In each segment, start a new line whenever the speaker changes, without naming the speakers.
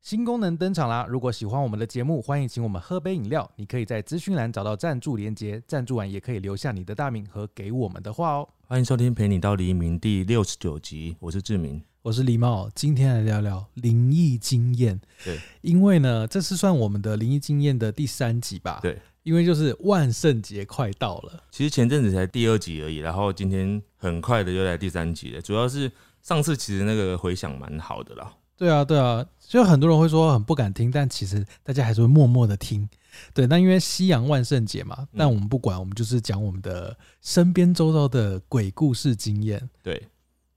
新功能登场啦！如果喜欢我们的节目，欢迎请我们喝杯饮料。你可以在资讯栏找到赞助连接，赞助完也可以留下你的大名和给我们的话哦。
欢迎收听《陪你到黎明》第六十九集，我是志明。
我是狸猫，今天来聊聊灵异经验。
对，
因为呢，这是算我们的灵异经验的第三集吧？
对，
因为就是万圣节快到了，
其实前阵子才第二集而已，然后今天很快的又来第三集了。主要是上次其实那个回响蛮好的啦，
对啊，对啊，就很多人会说很不敢听，但其实大家还是会默默的听。对，那因为西洋万圣节
嗯
嘛，但我们不管，我们就是讲我们的身边周遭的鬼故事经验。
对，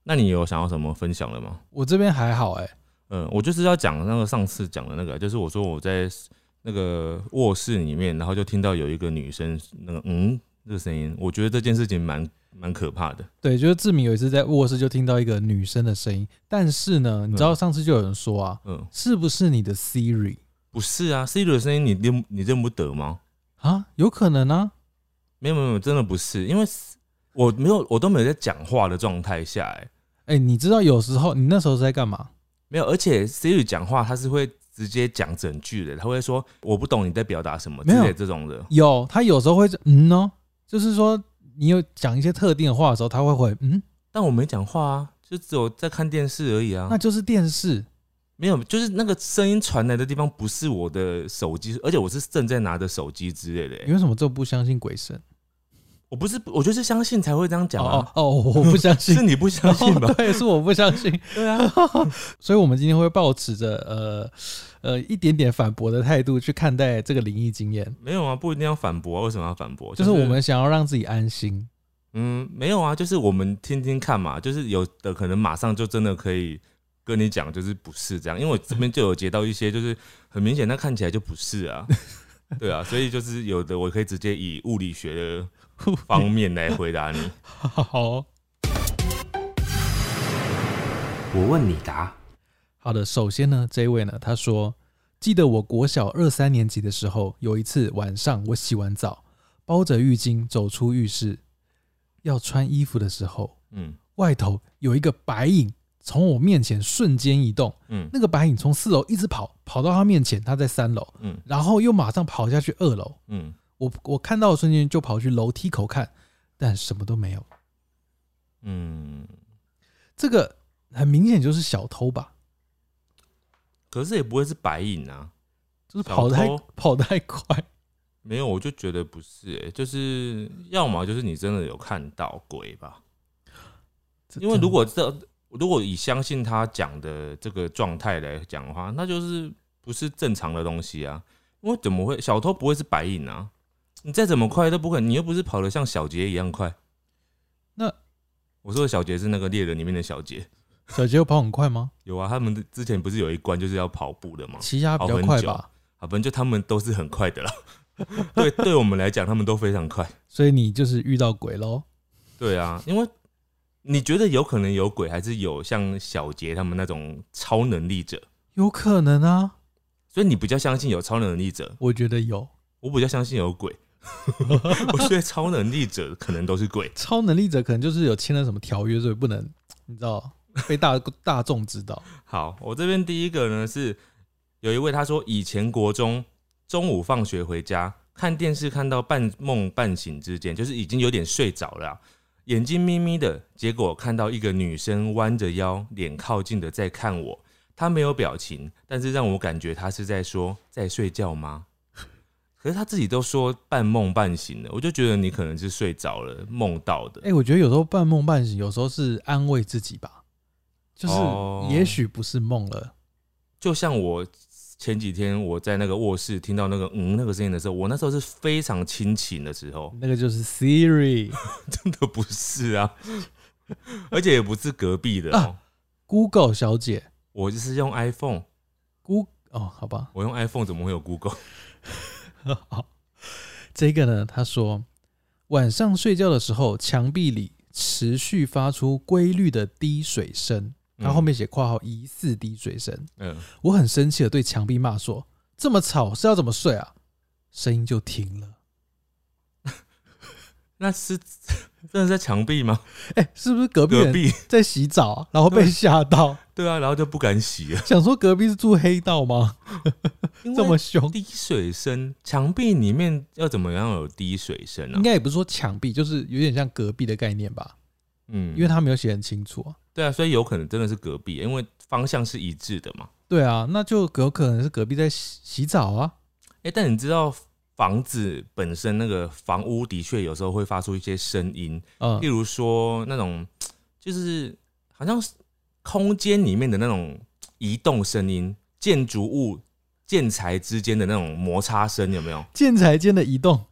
那你有想要什么分享的吗？
我这边还好哎、
嗯，我就是要讲那个上次讲的那个，就是我说我在那个卧室里面，然后就听到有一个女生那个嗯这个声音，我觉得这件事情蛮蛮可怕的。
对，就是志明有一次在卧室就听到一个女生的声音，但是呢，你知道上次就有人说啊，
嗯，
是不是你的 Siri
不是啊，Siri 的声音你认你认不得吗？
啊？有可能啊，
没有没有没有，真的不是，因为我没有我都没有在讲话的状态下、哎，
哎、你知道有时候你那时候是在干嘛？
没有，而且 Siri 讲话他是会直接讲整句的，他会说我不懂你在表达什么之
没有
类这种的，
有，他有时候会嗯哦，就是说你有讲一些特定的话的时候，他会回嗯，
但我没讲话啊，就只有在看电视而已啊
那，就是电视。
没有，就是那个声音传来的地方不是我的手机，而且我是正在拿着手机之类的、哎
你为什么这么不相信鬼神？
我不是，我就是相信才会这样讲啊，
哦哦哦，我不相信
是。你不相信吧
哦？对，是我不相信。
对啊，
所以，我们今天会抱持着呃呃一点点反驳的态度去看待这个灵异经验，
没有啊，不一定要反驳啊，为什么要反驳？
就是我们想要让自己安心。
嗯，没有啊，就是我们听听看嘛，就是有的可能马上就真的可以跟你讲，就是不是这样，因为我这边就有接到一些，就是很明显，那看起来就不是啊， 对啊，所以就是有的我可以直接以物理学的方面来回答你。
好 哦
我问你答。
好的，首先呢，这一位呢，他说，记得我国小二三年级的时候，有一次晚上我洗完澡，包着浴巾走出浴室，要穿衣服的时候，
嗯
外头有一个白影从我面前瞬间移动，
嗯
那个白影从四楼一直跑，跑到他面前，他在三楼，
嗯
然后又马上跑下去二楼。
嗯，
我我看到的瞬间就跑去楼梯口看，但什么都没有。
嗯，
这个很明显就是小偷吧，
可是也不会是白影啊，
就是跑太
小偷
跑太快。
没有，我就觉得不是、欸，就是要么就是你真的有看到鬼吧，因为如果这如果以相信他讲的这个状态来讲的话，那就是不是正常的东西啊。因为怎么会小偷不会是白影啊？你再怎么快都不可能，你又不是跑得像小杰一样快。
那
我说的小杰是那个猎人里面的小杰，
小杰有跑很快吗？
有啊，他们之前不是有一关就是要跑步的吗？
骑压比较
跑
快
很久
吧，
啊，反正就他们都是很快的啦。 对，对我们来讲，他们都非常快。
所以你就是遇到鬼喽。
对啊，因为你觉得有可能有鬼，还是有像小杰他们那种超能力者？
有可能啊，
所以你比较相信有超能力者，
我觉得有
我比较相信有鬼。 我觉得超能力者可能都是鬼。
超能力者，可能就是有签了什么条约，所以不能，你知道被大 大众知道。
好，我这边第一个呢是有一位他说，以前国中中午放学回家看电视，看到半梦半醒之间，就是已经有点睡着了啊、眼睛眯眯的，结果看到一个女生弯着腰，脸靠近的在看我，她没有表情，但是让我感觉她是在说在睡觉吗？可是她自己都说半梦半醒了，我就觉得你可能是睡着了，梦到的
哎、。我觉得有时候半梦半醒，有时候是安慰自己吧，就是
哦
也许不是梦了。
就像我前几天我在那个卧室听到那个嗯那个声音的时候，我那时候是非常清醒的时候，
那个就是 Siri
真的不是啊， 而且也不是隔壁的、哦
啊 Google 小姐
我就是用 iPhone，
Google 哦，好吧，
我用 iPhone 怎么会有 Google？
好， 这个呢，他说晚上睡觉的时候，墙壁里持续发出规律的滴水声，他后面写括号疑似滴水声。
嗯，
我很生气的对墙壁骂说：“这么吵是要怎么睡啊？”声音就停了。
那是真的在墙壁吗？
哎、是不是隔壁
隔
人
壁
在洗澡啊、然后被
对
吓到，
对啊，然后就不敢 洗了，
想说隔壁是住黑道吗？
因
这么
为
凶？
滴水声，墙壁里面要怎么样有滴水声啊
应？该也不是说墙壁，就是有点像隔壁的概念吧，
嗯，
因为他没有写很清楚啊。
对啊，所以有可能真的是隔壁，因为方向是一致的嘛。
对啊，那就有可能是隔壁在洗洗澡啊。
哎、但你知道房子本身那个房屋的确有时候会发出一些声音，
嗯
例，如说那种就是好像是空间里面的那种移动声音，建筑物建材之间的那种摩擦声有没有？
建材间的移动，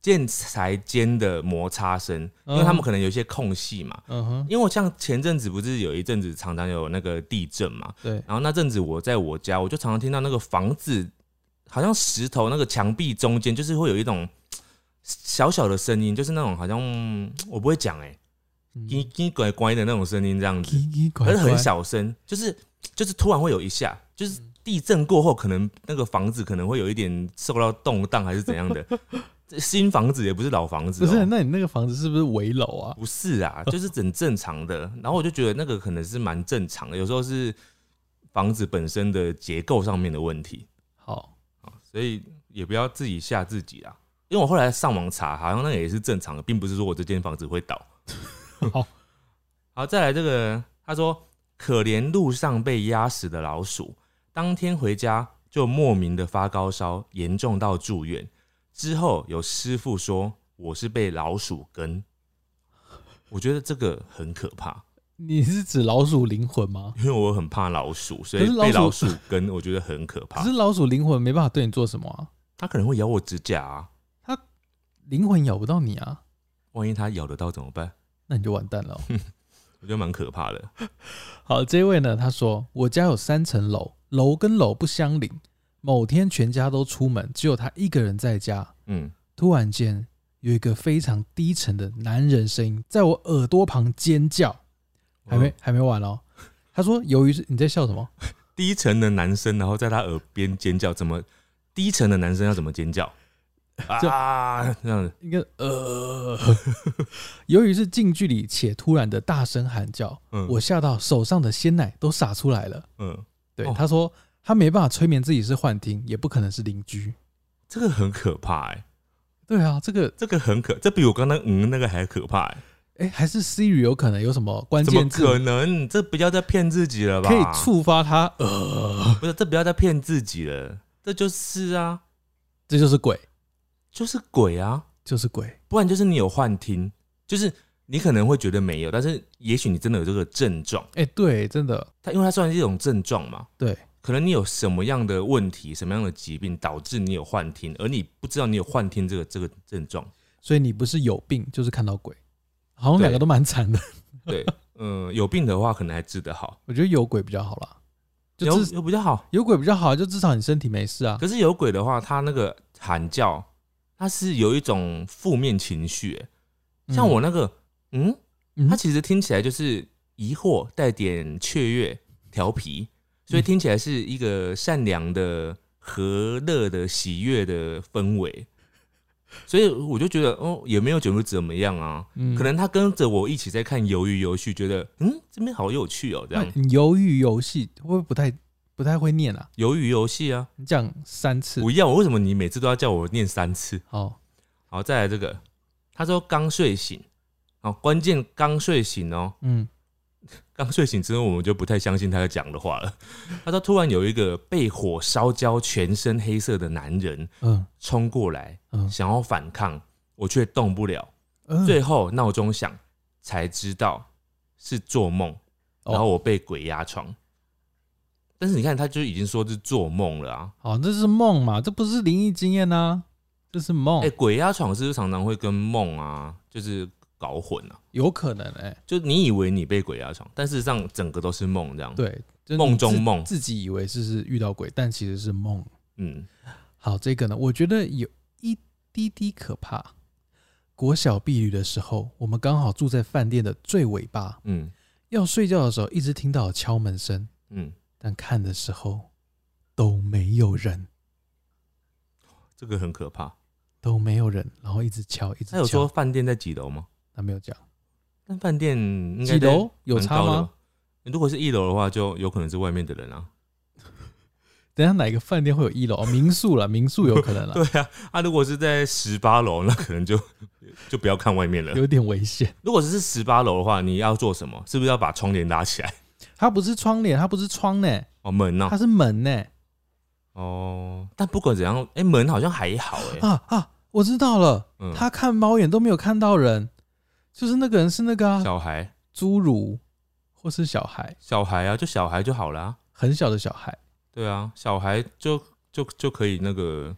建材间的摩擦声，因为他们可能有一些空隙嘛。
嗯哼，
因为我像前阵子不是有一阵子常常有那个地震嘛，
对，
然后那阵子我在我家，我就常常听到那个房子好像石头那个墙壁中间，就是会有一种小小的声音，就是那种好像嗯我不会讲哎、欸，
嗯
叽叽拐拐的那种声音这样子，
奇奇怪
而
怪，
是很小声，就是就是突然会有一下，就是地震过后，可能那个房子可能会有一点受到动荡还是怎 样的，这新房子也不是老房子、
不
哦，
是？那你那个房子是不是围楼啊？
不是啊，就是很正常的。然后我就觉得那个可能是蛮正常的，有时候是房子本身的结构上面的问题
好，
啊，所以也不要自己吓自己啊。因为我后来上网查，好像那个也是正常的，并不是说我这间房子会倒。
好，
好，再来这个，他说可怜路上被压死的老鼠，当天回家就莫名的发高烧，严重到住院。之后有师傅说我是被老鼠跟，我觉得这个很可怕，
你是指老鼠灵魂吗？
因为我很怕老鼠，所以
可是老
被老
鼠
鼠跟我觉得很可怕
可是。老鼠灵魂没办法对你做什么啊，
它可能会咬我指甲啊，
灵魂咬不到你啊，
万一它咬得到怎么办？
那你就完蛋了 哦、
我觉得蛮可怕的。
好，这位呢，他说我家有三层楼，楼跟楼不相邻。某天全家都出门，只有他一个人在家。
嗯，
突然间，有一个非常低沉的男人声音在我耳朵旁尖叫，还
嗯
没还没完哦。他说：“由于是你在笑什么？
低沉的男生，然后在他耳边尖叫，怎么低沉的男生要怎么尖叫？
就
啊，这样子，
应该呃，由于是近距离且突然的大声喊叫，
嗯，
我吓到手上的鲜奶都洒出来了。
嗯，
对，
哦
他说他没办法催眠自己是幻听，也不可能是邻居。
这个很可怕哎、
对啊，这个
这个很可，这比我刚刚嗯那个还可怕、欸，
哎、还是 Siri 有可能有什么关
怎么
键字
可能？这不要再骗自己了吧？
可以触发他呃，
不是，这不要再骗自己了，这就是啊，
这就是鬼，
就是鬼啊，
就是鬼。
不然就是你有幻听，就是你可能会觉得没有，但是也许你真的有这个症状，
哎、对，真的
它因为它算是一种症状嘛，
对。
可能你有什么样的问题、什么样的疾病导致你有幻听，而你不知道你有幻听这个这个症状。
所以你不是有病就是看到鬼，好像
对
两个都蛮惨的。
对，嗯、有病的话可能还治得好，
我觉得有鬼比较好啦，就
有
至
有比较好。
有鬼比较好，就至少你身体没事啊。
可是有鬼的话，他那个喊叫，他是有一种负面情绪欸、像我那个，嗯，
嗯，
他其实听起来就是疑惑，带点雀跃、调皮，所以
嗯
听起来是一个善良的、和乐的、喜悦的氛围。所以我就觉得，哦，也没有觉得怎么样啊。
嗯
可能他跟着我一起在看《鱿鱼游戏》，觉得嗯，这边好有趣哦、这
那
样
你鱿鱼游戏会不会不太不太会念啊？
《鱿鱼游戏》啊，
你讲三次哦
不要，为什么你每次都要叫我念三次？
好，
好，再来这个，他说刚睡醒，哦，关键刚睡醒哦，
嗯，
刚睡醒之后，我们就不太相信他讲的话了。他说，突然有一个被火烧焦、全身黑色的男人
嗯
冲过来，
嗯
想要反抗，我却动不了。
嗯，
最后闹钟响，才知道是做梦，
哦
然后我被鬼压床。但是你看，他就已经说是做梦了啊！
好，哦这是梦嘛，这不是灵异经验呐，这是梦
哎、，鬼压床是不是常常会跟梦啊，就是搞混啊？
有可能哎，
就你以为你被鬼压床，但事实上整个都是梦这样。，
对，就是
梦
你
中
自
梦
自己以为是是遇到鬼，但其实是梦。
嗯，
好，这个呢，我觉得有一滴滴可怕。国小避旅的时候，我们刚好住在饭店的最尾巴，
嗯
要睡觉的时候一直听到有敲门声，
嗯，
但看的时候都没有人。
这个很可怕。
都没有人，然后一直敲，一直敲。
他有说饭店在几楼吗？
他没有讲
但饭店应该
几
在
楼有
蛮
差
高的
吗？？
如果是一楼的话，就有可能是外面的人啊。
等一下哪个饭店会有一楼？哦民宿啦，民宿有可能啦，
对啊，啊，如果是在十八楼，那可能就 就不要看外面了。
有点危险。
如果是十八楼的话，你要做什么？是不是要把窗帘拉起来？
它不是窗帘，它不是窗呢、
哦，门呐、
它是门呢、
哦，但不管怎样，哎、门好像还好哎、
啊啊，我知道了，
嗯，
他看猫眼都没有看到人，就是那个人是那个、啊、
小孩，
侏儒，或是小孩，
小孩啊，就小孩就好啦。
很小的小孩。
对啊，小孩就就就可以那个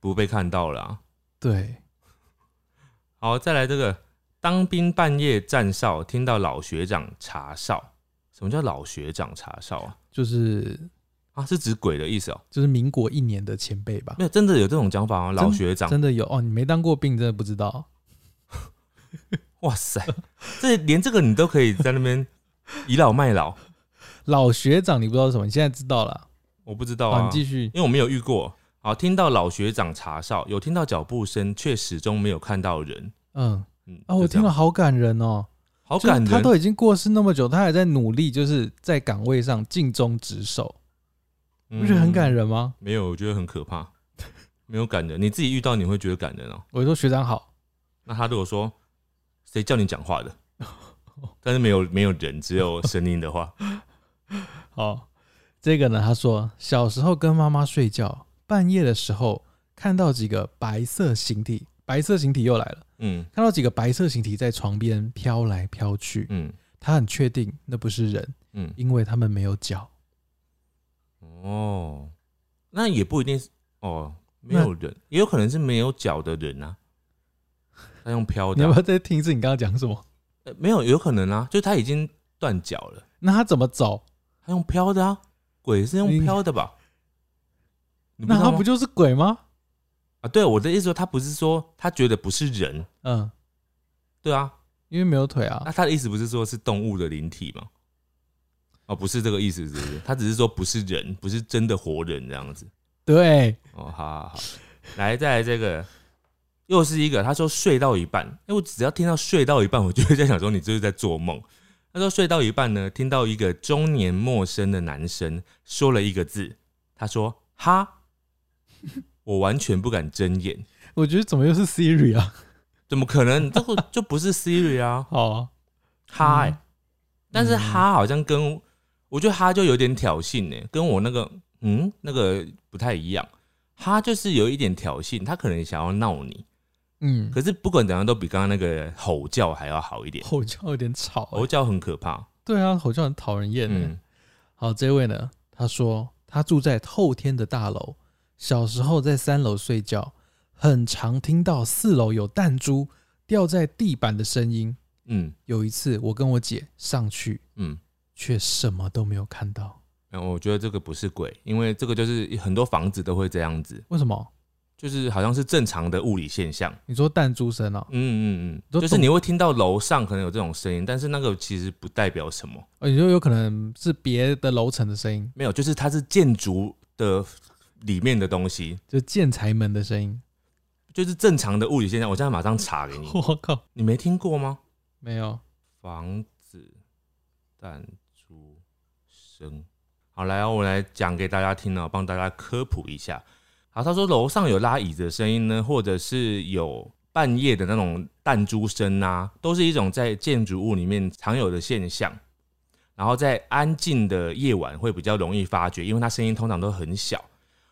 不被看到了啊。
对，
好，再来这个当兵半夜站哨，听到老学长查哨。什么叫老学长查哨啊？
就是
啊，是指鬼的意思哦、
就是民国一年的前辈吧
没，有，真的有这种讲法吗？哦老学长，
真的有哦，你没当过兵，真的不知道。
哇塞，这连这个你都可以在那边倚老卖老，
老学长，你不知道是什么，你现在知道了。
我不知道
好、
啊
你，继续。
因为我没有遇过。好，听到老学长查哨，有听到脚步声，却始终没有看到人。
嗯，
嗯，
啊，我
就这
听
样
了，好感人哦，
好
就是
感人。
他都已经过世那么久，他还在努力，就是在岗位上尽忠职守，
嗯
不觉得很感？人吗？
没有，我觉得很可怕，没有感人。你自己遇到你会觉得感人哦、
我说学长好，
那他如果说谁叫你讲话的， 但是没有没有人，只有声音 的话，
好，这个呢，他说小时候跟妈妈睡觉，半夜的时候看到几个白色形体，白色形体又来了，
嗯
看到几个白色形体在床边飘来飘去，
嗯
他很确定那不是人，
嗯，
因为他们没有脚。
哦，那也不一定是哦，没有人，也有可能是没有脚的人啊。他用飘
你
的
要
啊、
不要再听一次你刚刚讲什么？
呃没有，有可能啊，就他已经断脚了，
那他怎么走？
他用飘的啊，鬼是用
你
飘的吧？你不
那
知道
他
吗
不就是鬼吗？
啊？对，我的意思说，他不是说他觉得不是人，
嗯，
对啊，
因为没有腿啊。
那他的意思不是说是动物的灵体吗？哦，不是这个意思，是不是？他只是说不是人，不是真的活人这样子。
对，
哦，好好好，来，再来这个，又是一个。他说睡到一半，因为我只要听到睡到一半，我就会在想说你就是在做梦。他说睡到一半呢，听到一个中年陌生的男生说了一个字，他说“哈”，我完全不敢睁眼，
我觉得怎么又是 Siri 啊？
怎么可能？这个就不是 Siri 啊，
好啊
哈、欸
嗯
但是哈好像跟我觉得哈就有点挑衅呢、跟我那个嗯那个不太一样。哈就是有一点挑衅，他可能想要闹你，
嗯，
可是不管怎样，都比刚刚那个吼叫还要好一点。
吼叫有点吵、
吼
欸。
叫很可怕，
对啊，吼叫很讨人厌、欸。
嗯，
好，这位呢，他说他住在后天的大楼，小时候在三楼睡觉，很常听到四楼有弹珠掉在地板的声音。
嗯
有一次，我跟我姐上去，
嗯，
却什么都没有看到。
嗯，我觉得这个不是鬼，因为这个就是很多房子都会这样子，
为什么？
就是好像是正常的物理现象。
你说弹珠声啊？
嗯嗯嗯，
都
就是你会听到楼上可能有这种声音，但是那个其实不代表什么，
哦，你说有可能是别的楼层的声音，
没有，就是它是建筑的里面的东西，
就建材门的声音。
就是正常的物理现象。我现在马上查给你，
我靠，
你没听过吗？
没有。
房子弹珠声。好，来、哦，我来讲给大家听哦，帮大家科普一下。好，他说楼上有拉椅子的声音呢，或者是有半夜的那种弹珠声啊，都是一种在建筑物里面常有的现象。然后在安静的夜晚会比较容易发觉，因为它声音通常都很小。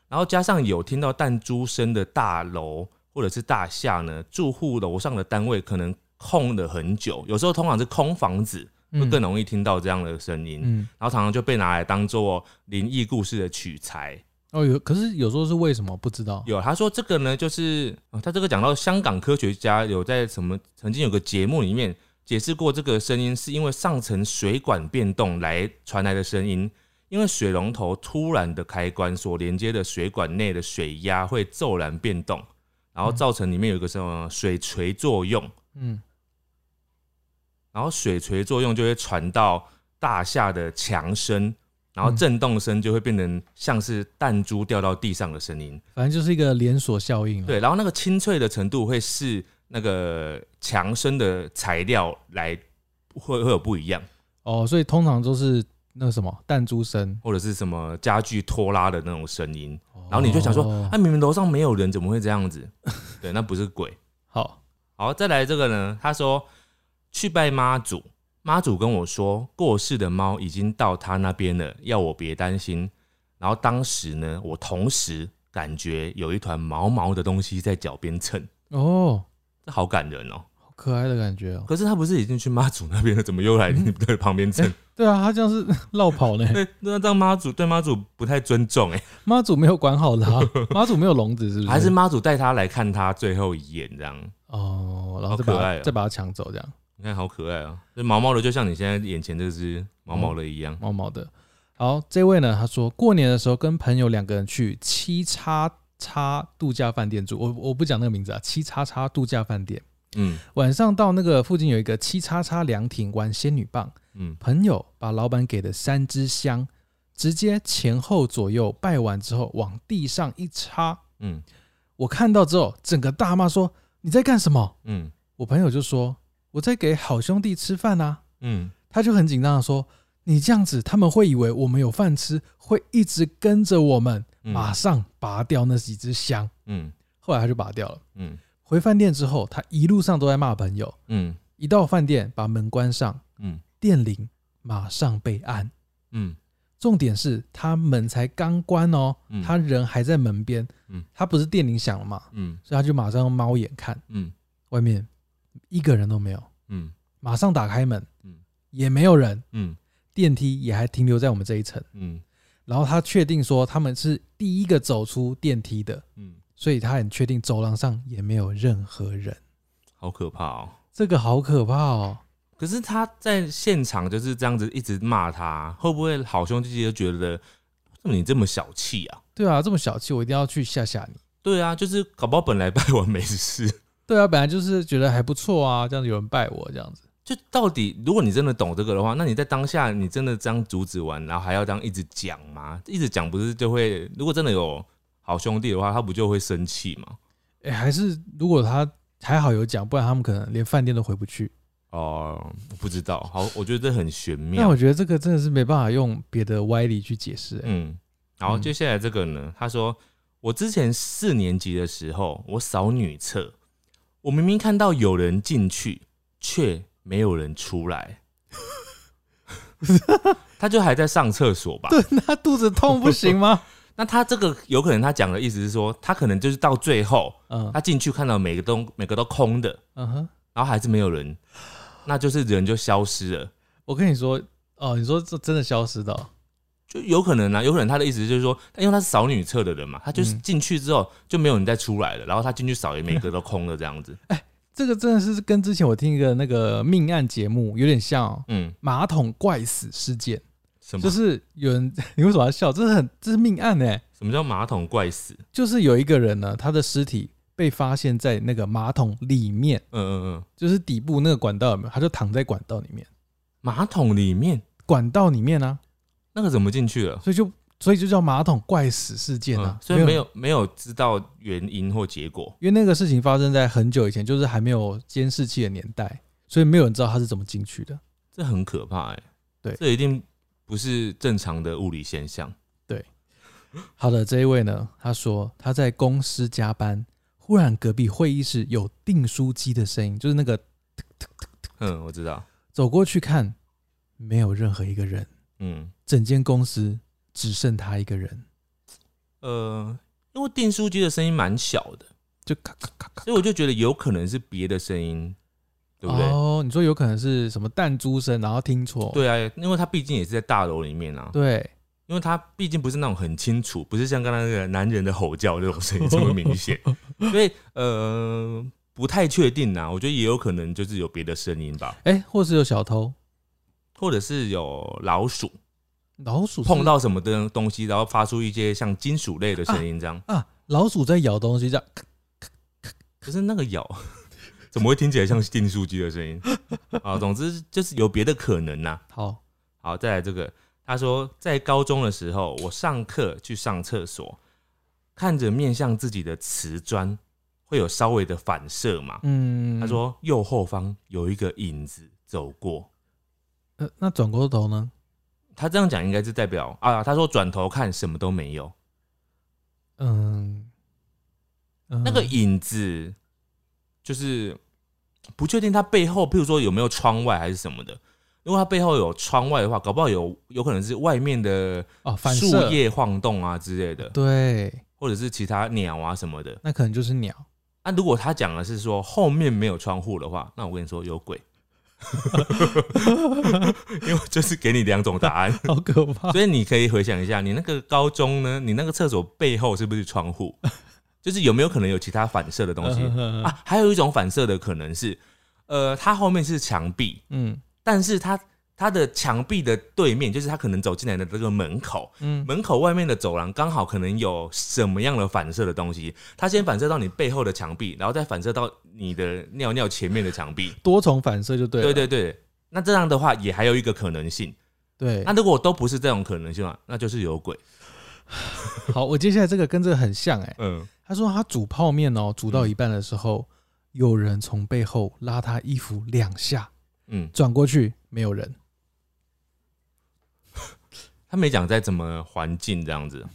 然后加上有听到弹珠声的大楼或者是大厦呢，住户楼上的单位可能空了很久，有时候通常是空房子，会
嗯
更容易听到这样的声音。
嗯，
然后常常就被拿来当做灵异故事的取材。
哦，有，可是有时候是为什么不知道？
有他说这个呢，就是、哦他这个讲到香港科学家有在什么曾经有个节目里面解释过，这个声音是因为上层水管变动来传来的声音。因为水龙头突然的开关所连接的水管内的水压会骤然变动，然后造成里面有一个什么水锤作用，
嗯，
然后水锤作用就会传到大厦的墙身，然后震动声就会变成像是弹珠掉到地上的声音。
反正就是一个连锁效应了。啊
对，然后那个清脆的程度会是那个强声的材料来会会有不一样，
哦，所以通常都是那什么弹珠声，
或者是什么家具拖拉的那种声音，然后你就想说，
哦
啊，明明楼上没有人，怎么会这样子？对，那不是鬼。
好，
好，再来这个呢，他说去拜妈祖，妈祖跟我说过世的猫已经到他那边了，要我别担心。然后当时呢，我同时感觉有一团毛毛的东西在脚边蹭，
哦，
这好感人哦。
好可爱的感觉哦。
可是他不是已经去妈祖那边了，怎么又来你的旁边蹭？
对啊，他这样是 绕跑呢，
对，那让妈祖对妈祖不太尊重哎、
妈祖没有管好 他，妈祖没有笼子是不是？
还是妈祖带他来看他最后一眼这样？
哦，然后
好
再把
可爱
它
哦
再把它抢走这样。
你看好可爱啊，这毛毛的就像你现在眼前这只毛毛的一样。
毛毛的。好，这位呢，他说过年的时候跟朋友两个人去七叉叉度假饭店住，我我不讲那个名字啊，七叉叉度假饭店。
嗯
晚上到那个附近有一个七叉叉凉亭玩仙女棒，
嗯，
朋友把老板给的三支香，直接前后左右拜完之后往地上一插，
嗯
我看到之后整个大骂说你在干什么？
嗯
我朋友就说我在给好兄弟吃饭啊。
嗯，
他就很紧张的说：“你这样子，他们会以为我们有饭吃，会一直跟着我们。”
嗯
马上拔掉那几支香，
嗯
后来他就拔掉了。
嗯
回饭店之后，他一路上都在骂朋友。
嗯
一到饭店，把门关上，
嗯
电铃马上被按。
嗯
重点是他门才刚关哦，
嗯
他人还在门边
嗯。
他不是电铃响了嘛，
嗯
所以他就马上用猫眼看
嗯
外面，一个人都没有。
嗯
马上打开门
嗯，
也没有人，
嗯
电梯也还停留在我们这一层。
嗯
然后他确定说他们是第一个走出电梯的，
嗯，
所以他很确定走廊上也没有任何人。
好可怕哦。
这个好可怕哦！
可是他在现场就是这样子一直骂他，会不会好兄弟就觉得怎么你这么小气啊？
对啊，这么小气，我一定要去吓吓你。
对啊，就是搞不好本来拜完没事，
对啊，本来就是觉得还不错啊，这样子有人拜我这样子。
就到底如果你真的懂这个的话，那你在当下你真的这样阻止完，然后还要这样一直讲吗？一直讲不是就会，如果真的有好兄弟的话，他不就会生气吗？
哎，还是如果他还好有讲，不然他们可能连饭店都回不去。
哦、不知道，好，我觉得这很玄
那
妙
我。觉得这个真的是没办法用别的歪理去解释、哎
嗯，然后接下来这个呢，他说我之前四年级的时候，我扫女厕，我明明看到有人进去，却没有人出来， 他就还在上厕所吧？
对， 那肚子痛不行吗？
那他这个有可能他讲的意思是说，他可能就是到最后，
嗯
他进去看到每个都每个都空的，
嗯哼，
然后还是没有人，那就是人就消失了。
我跟你说，哦，你说这真的消失的哦、
就有可能啊，有可能他的意思就是说，因为他是扫女厕的人嘛，他就是
嗯
进去之后就没有人再出来了，然后他进去扫也每个都空了这 样子。
这个真的是跟之前我听一个那个命案节目有点像、哦，
嗯，
马桶怪死事件，
什么、
就是有人， 你为什么要笑？这是很这是命案哎、
什么叫马桶怪死？
就是有一个人呢，他的尸体被发现在那个马桶里面，
嗯嗯嗯，
就是底部那个管道有没有？他就躺在管道里面，
马桶里面
管道里面啊，
那个怎么进去了？
所以就所以就叫马桶怪死事件啊
哦嗯，，所以没
有。
有没有知道原因或结果。
因为那个事情发生在很久以前，就是还没有监视器的年代，所以没有人知道他是怎么进去的。
这很可怕哎、
对
这一定不是正常的物理现象。
好的，这一位呢，他说他在公司加班，忽然隔壁会议室有订书机的声音，就是那个
嗯，我知道。
走过去看，没有任何一个人，
嗯，
整间公司只剩他一个人，
呃，因为订书机的声音蛮小的，
就咔咔咔咔，
所以我就觉得有可能是别的声音，对不对？
哦，你说有可能是什么弹珠声，然后听错，
对啊，因为他毕竟也是在大楼里面啊，
哦对
因为他毕竟不是那种很清楚，不是像刚刚那个男人的吼叫这种声音这么 明显，所以呃不太确定啊。我觉得也有可能就是有别的声音吧，
哎、或是有小偷、
或者是有老鼠
老鼠是
碰到什么的东西，然后发出一些像金属类的声音这样。
啊，老鼠在咬东西，这样
可是那个咬 怎么会听起来像订书机的声音啊？总之就是有别的可能呐、
好，
好，再来这个，他说，在高中的时候，我上课去上厕所，看着面向自己的瓷砖，会有稍微的反射嘛。
嗯，
他说，右后方有一个影子走过。
呃，那转过头呢？
他这样讲应该是代表啊，他说转头看什么都没有，
嗯，嗯
那个影子就是不确定他背后，譬如说有没有窗外还是什么的。如果他背后有窗外的话，搞不好有有可能是外面的
哦，反
树
射，
叶晃动啊之类的，
对，
或者是其他鸟啊什么的。
那可能就是鸟。
那、如果他讲的是说后面没有窗户的话，那我跟你说有鬼， 因为就是给你两种答 案，
好可怕！
所以你可以回想一下，你那个高中呢，你那个厕所背后是不是窗户？就是有没有可能有其他反射的东西
嗯
啊？还有一种反射的可能是，呃，它后面是墙壁，
嗯
但是它它的墙壁的对面，就是他可能走进来的这个门口，
嗯，
门口外面的走廊刚好可能有什么样的反射的东西，它先反射到你背后的墙壁，然后再反射到你的尿尿前面的墙壁。
多重反射就对啊了。
对对对，那这样的话也还有一个可能性。
对
那如果都不是这种可能性的话，那就是有鬼。
好，我接下来这个跟这个很像哎、
嗯，
他说他煮泡面哦，煮到一半的时候，有人从背后拉他衣服两下，
嗯，
转过去没有人。
他没讲在怎么环境这样子。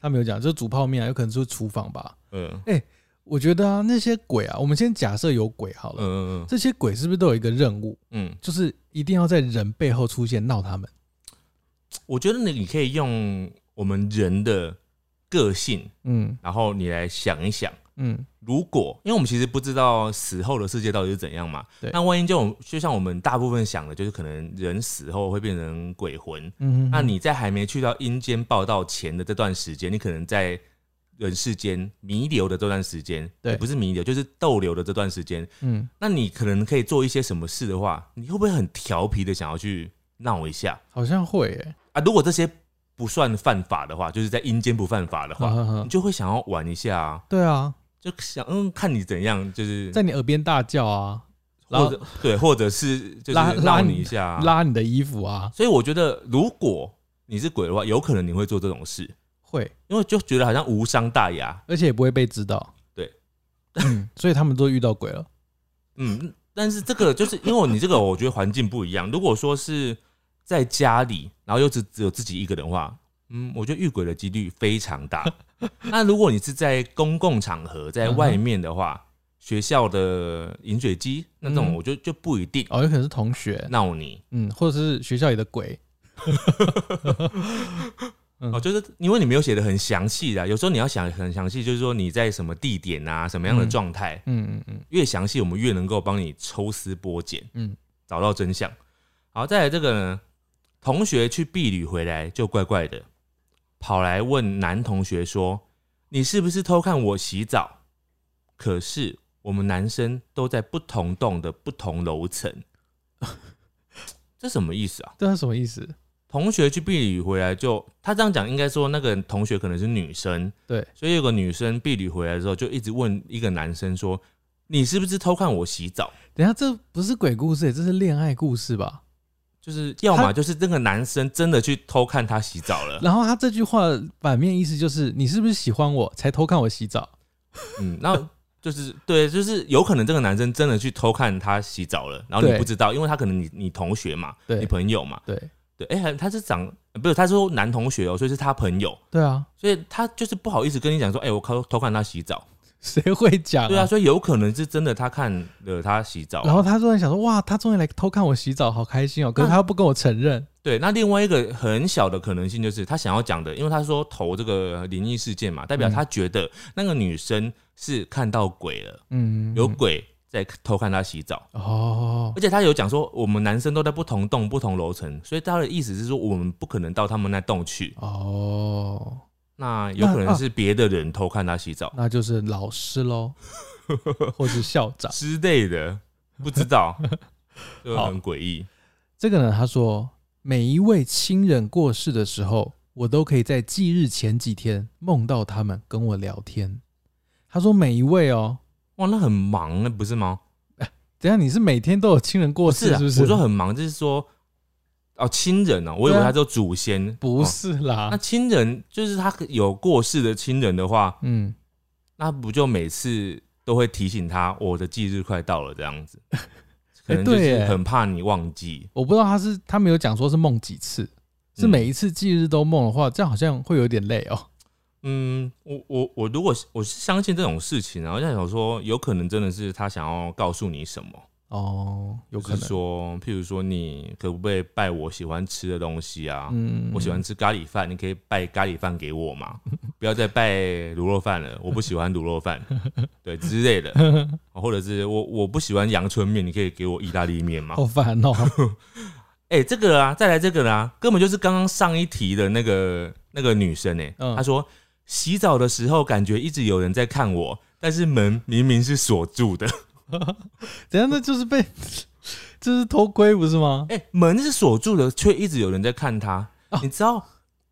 他没有讲，就是煮泡面啊，有可能是厨房吧。
嗯
我觉得啊，那些鬼啊，我们先假设有鬼好
嗯
了，
嗯
这些鬼是不是都有一个任务，
嗯，
就是一定要在人背后出现闹他们？
我觉得你你可以用我们人的个性，
嗯
然后你来想一想。
嗯，
如果，因为我们其实不知道死后的世界到底是怎样嘛，
对
那万一就我们就像我们大部分想的，就是可能人死后会变成鬼魂。
嗯哼
那你在还没去到阴间报道前的这段时间，你可能在人世间弥留的这段时间，
对
也不是弥留，就是逗留的这段时间，
嗯，
那你可能可以做一些什么事的话，你会不会很调皮的想要去闹一下
好像会诶、
啊？如果这些不算犯法的话，就是在阴间不犯法的话，
欸
你，就会想要玩一下啊。
对啊，
就想嗯，看你怎样，就是
在你耳边大叫啊，
或者对，或者是就是
拉拉
闹
你
你一下、啊。
拉你的衣服啊，
所以我觉得，如果你是鬼的话，有可能你会做这种事，
会，
因为就觉得好像无伤大雅。
而且也不会被知道。
对，
嗯，所以他们都遇到鬼了。
嗯，但是这个就是因为你这个，我觉得环境不一样。如果说是在家里，然后又只只有自己一个人的话，嗯，我觉得遇鬼的几率非常大。 那如果你是在公共场合，
嗯
在外面的话，学校的饮水机那
嗯
种，我觉得就不一定
哦，有可能是同学，
闹你。
嗯，或者是学校里的鬼。嗯
哦，就是因为你没有写的很详细的，有时候你要想很详细，就是说你在什么地点啊，什么样的状态，
嗯嗯嗯，
越详细我们越能够帮你抽丝剥茧，
嗯
嗯，找到真相。好，再来这个呢，同学去避旅回来就怪怪的，跑来问男同学说：“你是不是偷看我洗澡？”可是我们男生都在不同栋的不同楼层， 这什么意思啊？
这是什么意思？
同学去避旅回来就，他这样讲，应该说那个同学可能是女生，
对，
所以有个女生避旅回来之后，就一直问一个男生说：“你是不是偷看我洗澡
等一下这不是鬼故事，这是恋爱故事吧？？”
就是要么就是那个男生真的去偷看她洗澡了，
然后他这句话反面意思就是你是不是喜欢我才偷看我洗澡？
嗯，那就是对，就是有可能这个男生真的去偷看她洗澡了，然后你
对
不知道，因为他可能你你同学嘛，
对
你朋友嘛，
对
对，哎、还他是长不是他是说男同学哦、所以是他朋友，
对啊，
所以他就是不好意思跟你讲说，哎、我偷偷看她洗澡。
谁会讲、
对啊，，所以有可能是真的，他看了他洗澡。
然后他突然想说，哇，他终于来偷看我洗澡，好开心哦！可是他又不跟我承认，
对，那另外一个很小的可能性就是他想要讲的，因为他说投这个灵异事件嘛，代
嗯
表他觉得那个女生是看到鬼了，
嗯，
有鬼在偷看他洗澡。
哦
而且他有讲说，我们男生都在不同栋、不同楼层，所以他的意思是说，我们不可能到他们那栋去。
哦，
那有可能是别的人偷看他洗 澡
那就是老师 喽，或是校长。
之类的，不 知道，就
好
很诡异。
这个呢，他说每一位亲人过世的时候，我都可以在忌日前几天梦到他们跟我聊天。他说每一位哦，
哇，那很忙，那不是吗？
等一下你是每天都有亲人过
是
世
啊，
是不是？
我说很忙，就是说，哦，亲人哦，我以
对
为
啊
他叫祖先，
不
哦
是啊啦
那，亲人就是他有过世的亲人的话，
嗯，
那不就每次都会提醒他我的忌日快到了这样 子？可能就
对
是
耶
很怕你忘记，
我不知道他是他没有讲说是梦几次，是
嗯
每一次忌日都梦的话，这样好像会有点累哦。
嗯，我我我如果是我是相信这种事情啊，然后在想说，有可能真的是他想要告诉你什么，
哦，有可
就是
能，
说，譬如说你可不可以拜我喜欢吃的东西啊？
嗯
我喜欢吃咖喱饭，你可以拜咖喱饭给我嘛？不要再拜卤肉饭了，我不喜欢卤肉饭， 对之类的，哦或者是我我不喜欢阳春面，你可以给我意大利面吗？
好烦 哦。
哎、这个啊，再来这个啦、根本就是刚刚上一题的那个那个女生哎、
嗯
她说洗澡的时候感觉一直有人在看我，但是门明明是锁住的，
等一下那就是被， 这是偷窥不是吗？
哎、门是锁住的，却一直有人在看她。
哦
你知道，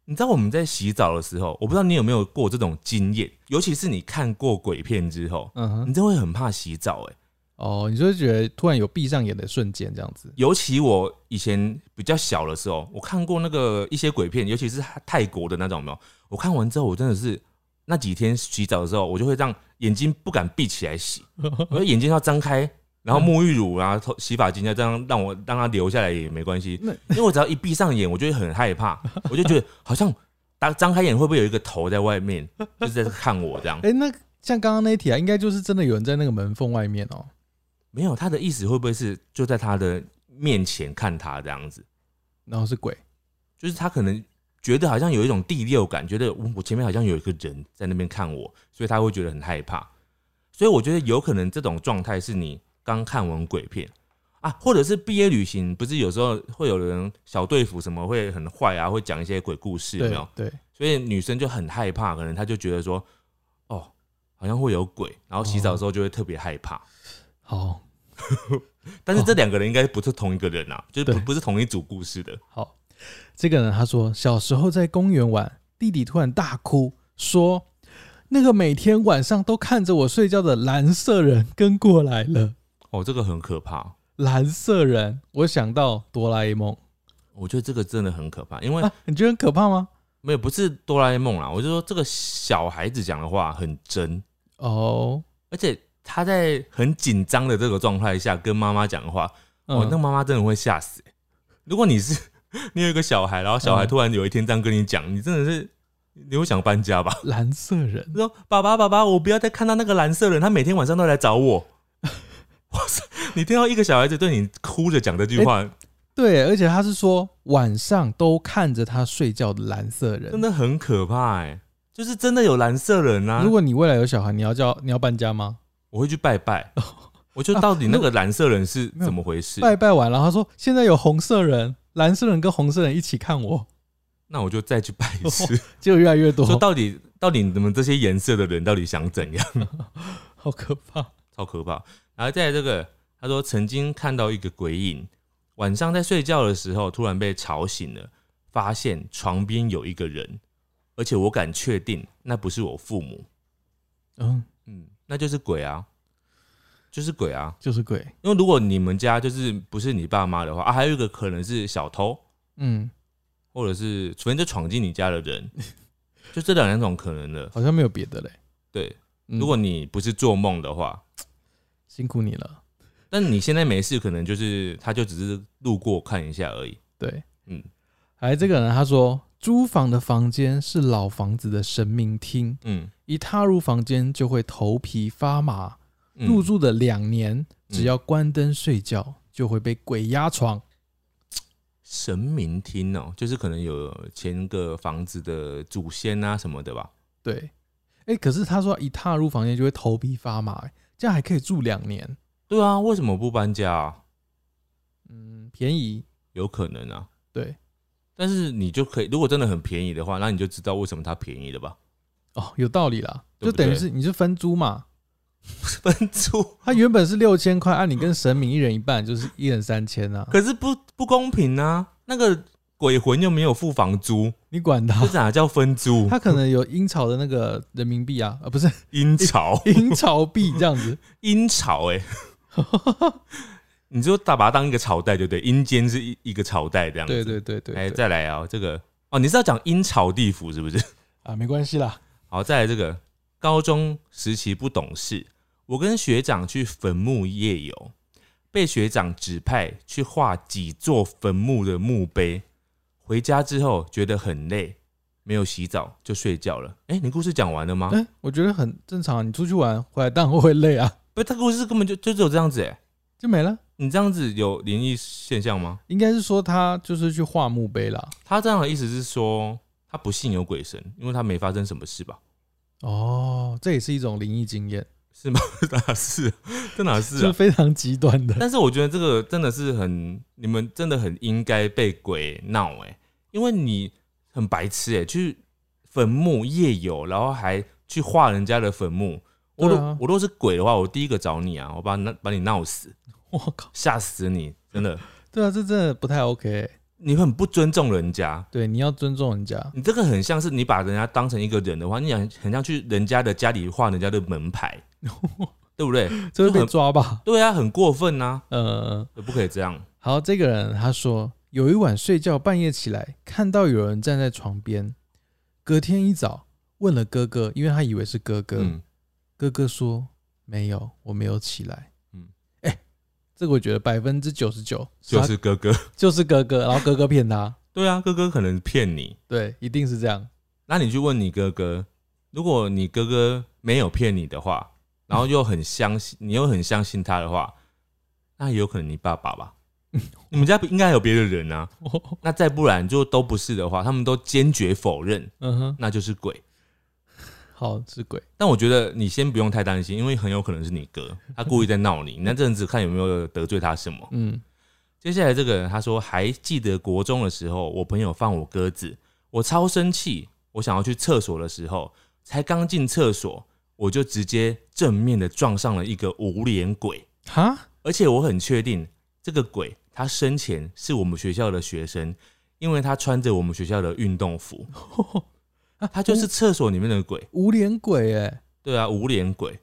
你知道我们在洗澡的时候，我不知道你有没有过这种经验，尤其是你看过鬼片之后，
嗯哼，
你真的会很怕洗澡哎、
哦，你就会觉得突然有闭上眼的瞬间这样子。
尤其我以前比较小的时候，我看过那个一些鬼片，尤其是泰国的那种，有没有？我看完之后，我真的是那几天洗澡的时候，我就会让眼睛不敢闭起来洗，我的眼睛要张开，然后沐浴乳啊、头洗发精啊，这样让我让它流下来也没关系，
那
因为我只要一闭上眼，我就会很害怕，我就觉得好像张张开眼会不会有一个头在外面，就是在看我这样。
哎、那像刚刚那一题啊，应该就是真的有人在那个门缝外面哦。
没有，他的意思会不会是就在他的面前看他这样子？
然后是鬼，
就是他可能觉得好像有一种第六感，觉得嗯我我前面好像有一个人在那边看我，所以他会觉得很害怕。所以我觉得有可能这种状态是你刚看完鬼片啊，或者是毕业旅行，不是有时候会有人小队服什么会很坏啊，会讲一些鬼故事，有没
对
有？
对，
所以女生就很害怕，可能她就觉得说，哦，好像会有鬼，然后洗
哦
澡的时候就会特别害怕。
好
但是这两个人应该不是同一个人啊，就是不
对
不是同一组故事的。
好，这个人他说，小时候在公园玩，弟弟突然大哭，说那个每天晚上都看着我睡觉的蓝色人跟过来了。
哦，这个很可怕。
蓝色人，我想到哆啦 A 梦
我觉得这个真的很可怕，因为
啊，你觉得很可怕吗？
没有，不是哆啦 A 梦啦，我就说这个小孩子讲的话很真，
哦，
而且他在很紧张的这个状态下跟妈妈讲的话，
嗯
哦，那妈妈真的会吓死、欸如果你是你有一个小孩，然后小孩
嗯
突然有一天这样跟你讲，你真的是你会想搬家吧？
嗯蓝色人，
说爸爸爸爸，我不要再看到那个蓝色人，他每天晚上都来找我。 哇塞！你听到一个小孩子对你哭着讲这句
哎
话，
对，而且他是说晚上都看着他睡觉的蓝色人，
真的很可怕哎、就是真的有蓝色人啊！
如果你未来有小孩，你要叫你要搬家吗？
我会去拜拜。 我就到底那个蓝色人是怎么回事？
拜拜完了，他说现在有红色人、蓝色人跟红色人一起看我，
那我就再去拜一次。
结果越来越多
说，到底，到底你们这些颜色的人到底想怎样？
好可怕。
超可怕。然后再来这个，他说曾经看到一个鬼影，晚上在睡觉的时候突然被吵醒了，发现床边有一个人，而且我敢确定那不是我父母，
嗯，
嗯，那就是鬼啊，就是鬼啊。
就是鬼。
因为如果你们家就是不是你爸妈的话啊，还有一个可能是小偷，
嗯，
或者是除非就闯进你家的 人，就这两种可能的。
好像没有别的嘞。
对，
嗯
如果你不是做梦的话，
辛苦你了，
但你现在没事，可能就是他就只是路过看一下而已。
对，
嗯
还有这个人他说，租房的房间是老房子的神明厅，
嗯，
一踏入房间就会头皮发麻。
嗯
入住的两年，只要关灯睡觉就会被鬼压床。
神明厅哦、就是可能有前个房子的祖先啊什么的吧。
对，哎、可是他说一踏入房间就会头皮发麻、欸，这样还可以住两年，
对啊，为什么不搬家啊？
嗯，便宜。
有可能啊，
对，
但是你就可以，如果真的很便宜的话，那你就知道为什么它便宜了吧？
哦，有道理啦，
对
就
不对
等于是你是分租嘛，
分租
他原本是六千块，按、啊你跟神明一人一半，就是一人三千啊，
可是不不公平啊！那个鬼魂又没有付房租，
你管他
这。哪叫分 租？
他可能有阴曹的那个人民币啊， 啊不是
阴潮，
阴曹币这样子，
阴潮哎、欸 你就大把它当一个朝代，对不对？阴间是一一个朝代 这样子。
对对对对，
哎，
对
再来啊，这个哦，你是要讲阴曹地府是不 是？
啊，没关系啦，
好，再来这个高中时期不懂事，我跟学长去坟墓夜游，被学长指派去画几座坟墓的墓碑。回家之后觉得很累，没有洗澡就睡觉了。哎、你故事讲完了吗？
哎、我觉得很正常啊，你出去玩回来当然会累啊，
不是，他故事根本就就只有这样子哎、
就没了。
你这样子有灵异现象吗？
应该是说他就是去画墓碑啦。
他这样的意思是说他不信有鬼神，因为他没发生什么事 吧？
哦，这也是一种灵异经验，
是吗？哪是？这哪是
就
啊
是？非常极端的。
但是我觉得这个真的是很，你们真的很应该被鬼闹哎、因为你很白痴哎、去坟墓夜游，然后还去画人家的坟墓。我
对
如、
啊
我如果是鬼的话，我第一个找你啊，我把你闹把你闹死，
我靠，
吓死你！真的，
对啊，这真的不太 OK 欸、
你很不尊重人家。
对，你要尊重人家。
你这个很像是你把人家当成一个人的话，你想很像去人家的家里画人家的门牌， 对不对？
这会
就
被
很
抓吧？
对啊，很过分呐、
呃，
不可以这样。
好，这个人他说，有一晚睡觉半夜起来，看到有人站在床边，隔天一早问了哥哥，因为他以为是哥哥，
嗯，
哥哥说没有，我没有起来。嗯
嗯，
哎、这个我觉得百分之九十九
就是哥哥。
就是哥哥，然后哥哥骗 他，
对啊，哥哥可能骗你，
对，一定是这 样。
那你去问你哥哥，如果你哥哥没有骗你的话，然后又很相信，你又很相信他的话，那有可能你爸爸吧？你们家应该还有别的人啊。那再不然就都不是的话，他们都坚决否认，
嗯哼，
那就是鬼。
好是鬼，
但我觉得你先不用太担心，因为很有可能是你哥，他故意在闹你。那阵子看有没有得罪他什么。
嗯，
接下来这个人他说，还记得国中的时候，我朋友放我鸽子，我超生气。我想要去厕所的时候，才刚进厕所，我就直接正面的撞上了一个无脸鬼，
哈，
而且我很确定这个鬼他生前是我们学校的学生，因为他穿着我们学校的运动服，他就是厕所里面的鬼。
无脸鬼哎、
对啊，无脸鬼。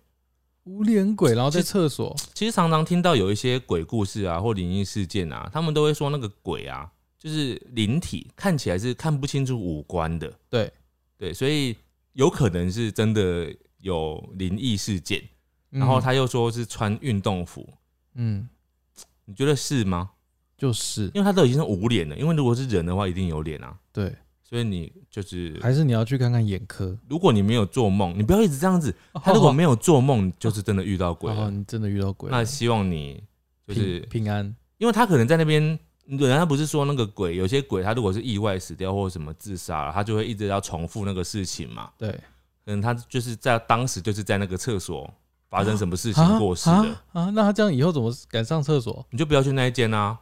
无脸鬼，然后在
其实
厕所，
其实常常听到有一些鬼故事啊，或灵异事件啊，他们都会说那个鬼啊，就是灵体，看起来是看不清楚五官的。
对
对，所以有可能是真的有灵异事件，然后
嗯
他又说是穿运动服，
嗯，
你觉得是吗？
就是
因为他都已经是无脸了，因为如果是人的话，一定有脸啊。
对，
所以你就是，
还是你要去看看眼科。
如果你没有做梦，你不要一直这样子。
哦
他如果没有做梦，就是真的遇到鬼
然后
了。
你真的遇到鬼了，
那希望你就是
平平安，
因为他可能在那边，人家不是说那个鬼，有些鬼他如果是意外死掉或者什么自杀了，他就会一直要重复那个事情嘛。
对，
可能他就是在当时就是在那个厕所发生什么事
啊
情过世的，
啊啊！那他这样以后怎么敢上厕所？
你就不要去那一间啊。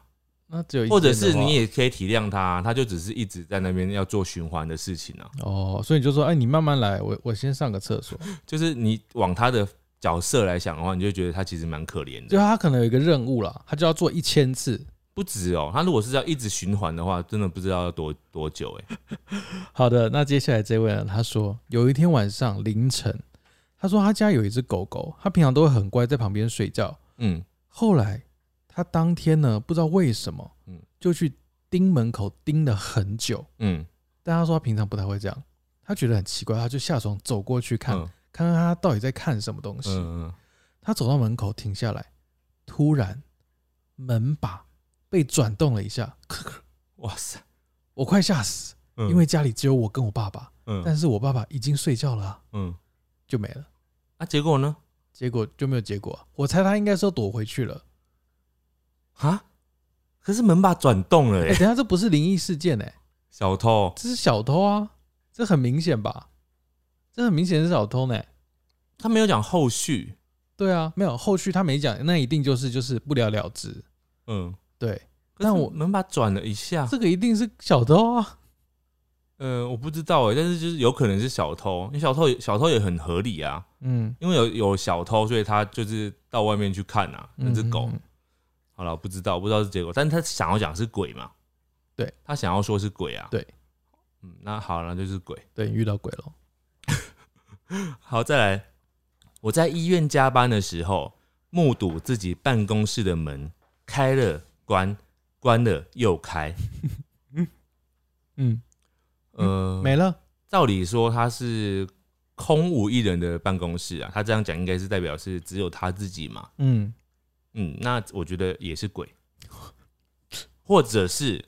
那只有一
或者
间
是
的话
你也可以体谅他啊、他就只是一直在那边要做循环的事情啊。
哦，所以你就说，哎，你慢慢来，我我先上个厕所。
就是你往他的角色来想的话，你就觉得他其实蛮可怜
就
的。
他可能有一个任务啦，他就要做一千次。
不止哦，他如果是要一直循环的话，真的不知道要多多久哎、
好的，那接下来这位呢？他说有一天晚上凌晨，他说他家有一只狗狗，他平常都会很乖，在旁边睡觉。
嗯，
后来他当天呢，不知道为什么，
嗯
就去盯门口盯了很久。
嗯
但他说他平常不太会这样，他觉得很奇怪，他就下床走过去看，
嗯
看看他到底在看什么东西。
嗯嗯，
他走到门口停下来，突然门把被转动了一下，咳咳
哇塞，
我快吓死，
嗯
因为家里只有我跟我爸爸，
嗯
但是我爸爸已经睡觉了啊、
嗯，
就没了。
啊，结果呢？
结果就没有结果啊、我猜他应该是要躲回去了。
啊，可是门把转动了
哎、
哎、
等一下这不是灵异事件哎、
小偷，
这是小偷啊，这很明显吧？这很明显是小偷呢、
他没有讲后续，
对啊，没有后续他没讲，那一定就是就是不了了之。
嗯，
对，
可是
但我
门把转了一下，
这个一定是小偷啊。
呃，我不知道哎、但是就是有可能是小偷，因为小偷也小偷也很合理啊，
嗯，
因为有有小偷，所以他就是到外面去看啊，那只狗。
嗯
好了，不知道不知道是结果，但他想要讲是鬼嘛，
对
他想要说是鬼啊，
对，
嗯，那好了，那就是鬼。
对，你遇到鬼了。
好，再来。我在医院加班的时候，目睹自己办公室的门开了关，关了又开。
嗯，
呃，
没了。
照理说他是空无一人的办公室啊，他这样讲应该是代表是只有他自己嘛。
嗯，
嗯，那我觉得也是鬼，或者是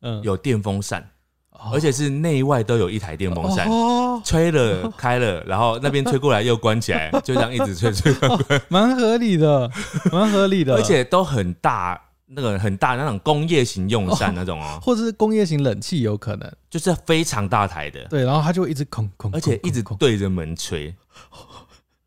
嗯，
有电风扇，
哦，
而且是内外都有一台电风扇。
哦，
吹了，开了，然后那边吹过来又关起来，就这样一直吹吹吹，
蛮合理 的，蛮合理的。
而且都很大，那个很大那种工业型用扇那种哦，
或者是工业型冷气有可能，
就是非常大台的，
对，然后它就会一直空空，
而且一直
空
对着门吹，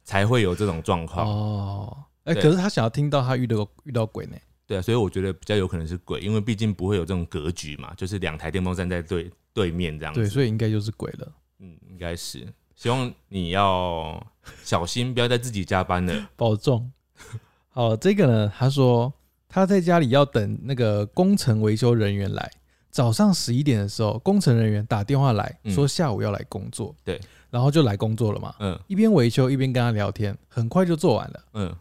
才会有这种状
空
况。
哦，哎，
对
可是他想要听到他遇到遇到鬼呢，
对啊，所以我觉得比较有可能是鬼，因为毕竟不会有这种格局嘛，就是两台电风扇在对对面这样
对，
子。
所以应该就是鬼了，
嗯，应该是。希望你要小心，不要在自己加班了。
保重。 好，这个呢，他说他在家里要等那个工程维修人员来，早上十一点的时候，工程人员打电话来
嗯
说下午要来工作，
对，
然后就来工作了嘛，
嗯
一边维修一边跟他聊天，很快就做完了。
嗯，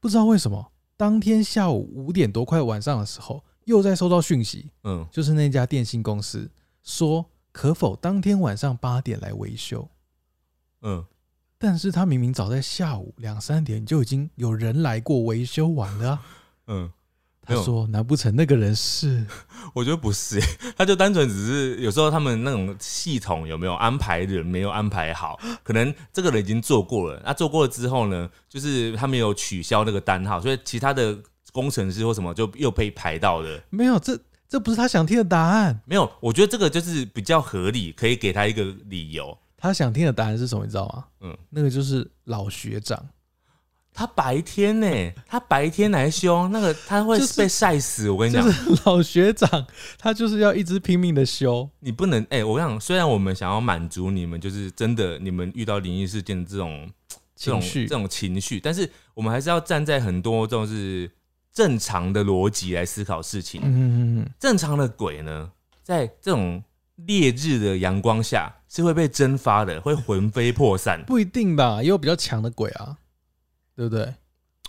不知道为什么，当天下午五点多快晚上的时候，又在收到讯息，
嗯，
就是那家电信公司说可否当天晚上八点来维修，
嗯，
但是他明明早在下午两三点就已经有人来过维修完了啊、
嗯，没
他
有
说：“难不成那个人 是
我觉得不是， 他就单纯只是有时候他们那种系统有没有安排人没有安排好，可能这个人已经做过了，那、做过了之后呢，就是他们有取消那个单号，所以其他的工程师或什么就又被排到了。
没有？这这不是他想听的答案。
没有，我觉得这个就是比较合理，可以给他一个理由。
他想听的答案是什么？你知道吗？
嗯，
那个就是老学长。
他白天呢、他白天来修那个，他会
就是
被晒死。我跟你
就
讲，
是老学长，他就是要一直拼命的修。
你不能哎、我想虽然我们想要满足你们，就是真的你们遇到灵异事件这种这
情
种
绪
这种情绪，但是我们还是要站在很多这种是正常的逻辑来思考事情。
嗯嗯嗯，
正常的鬼呢，在这种烈日的阳光下是会被蒸发的，会魂飞魄散。
不一定吧，也有比较强的鬼啊，对不对？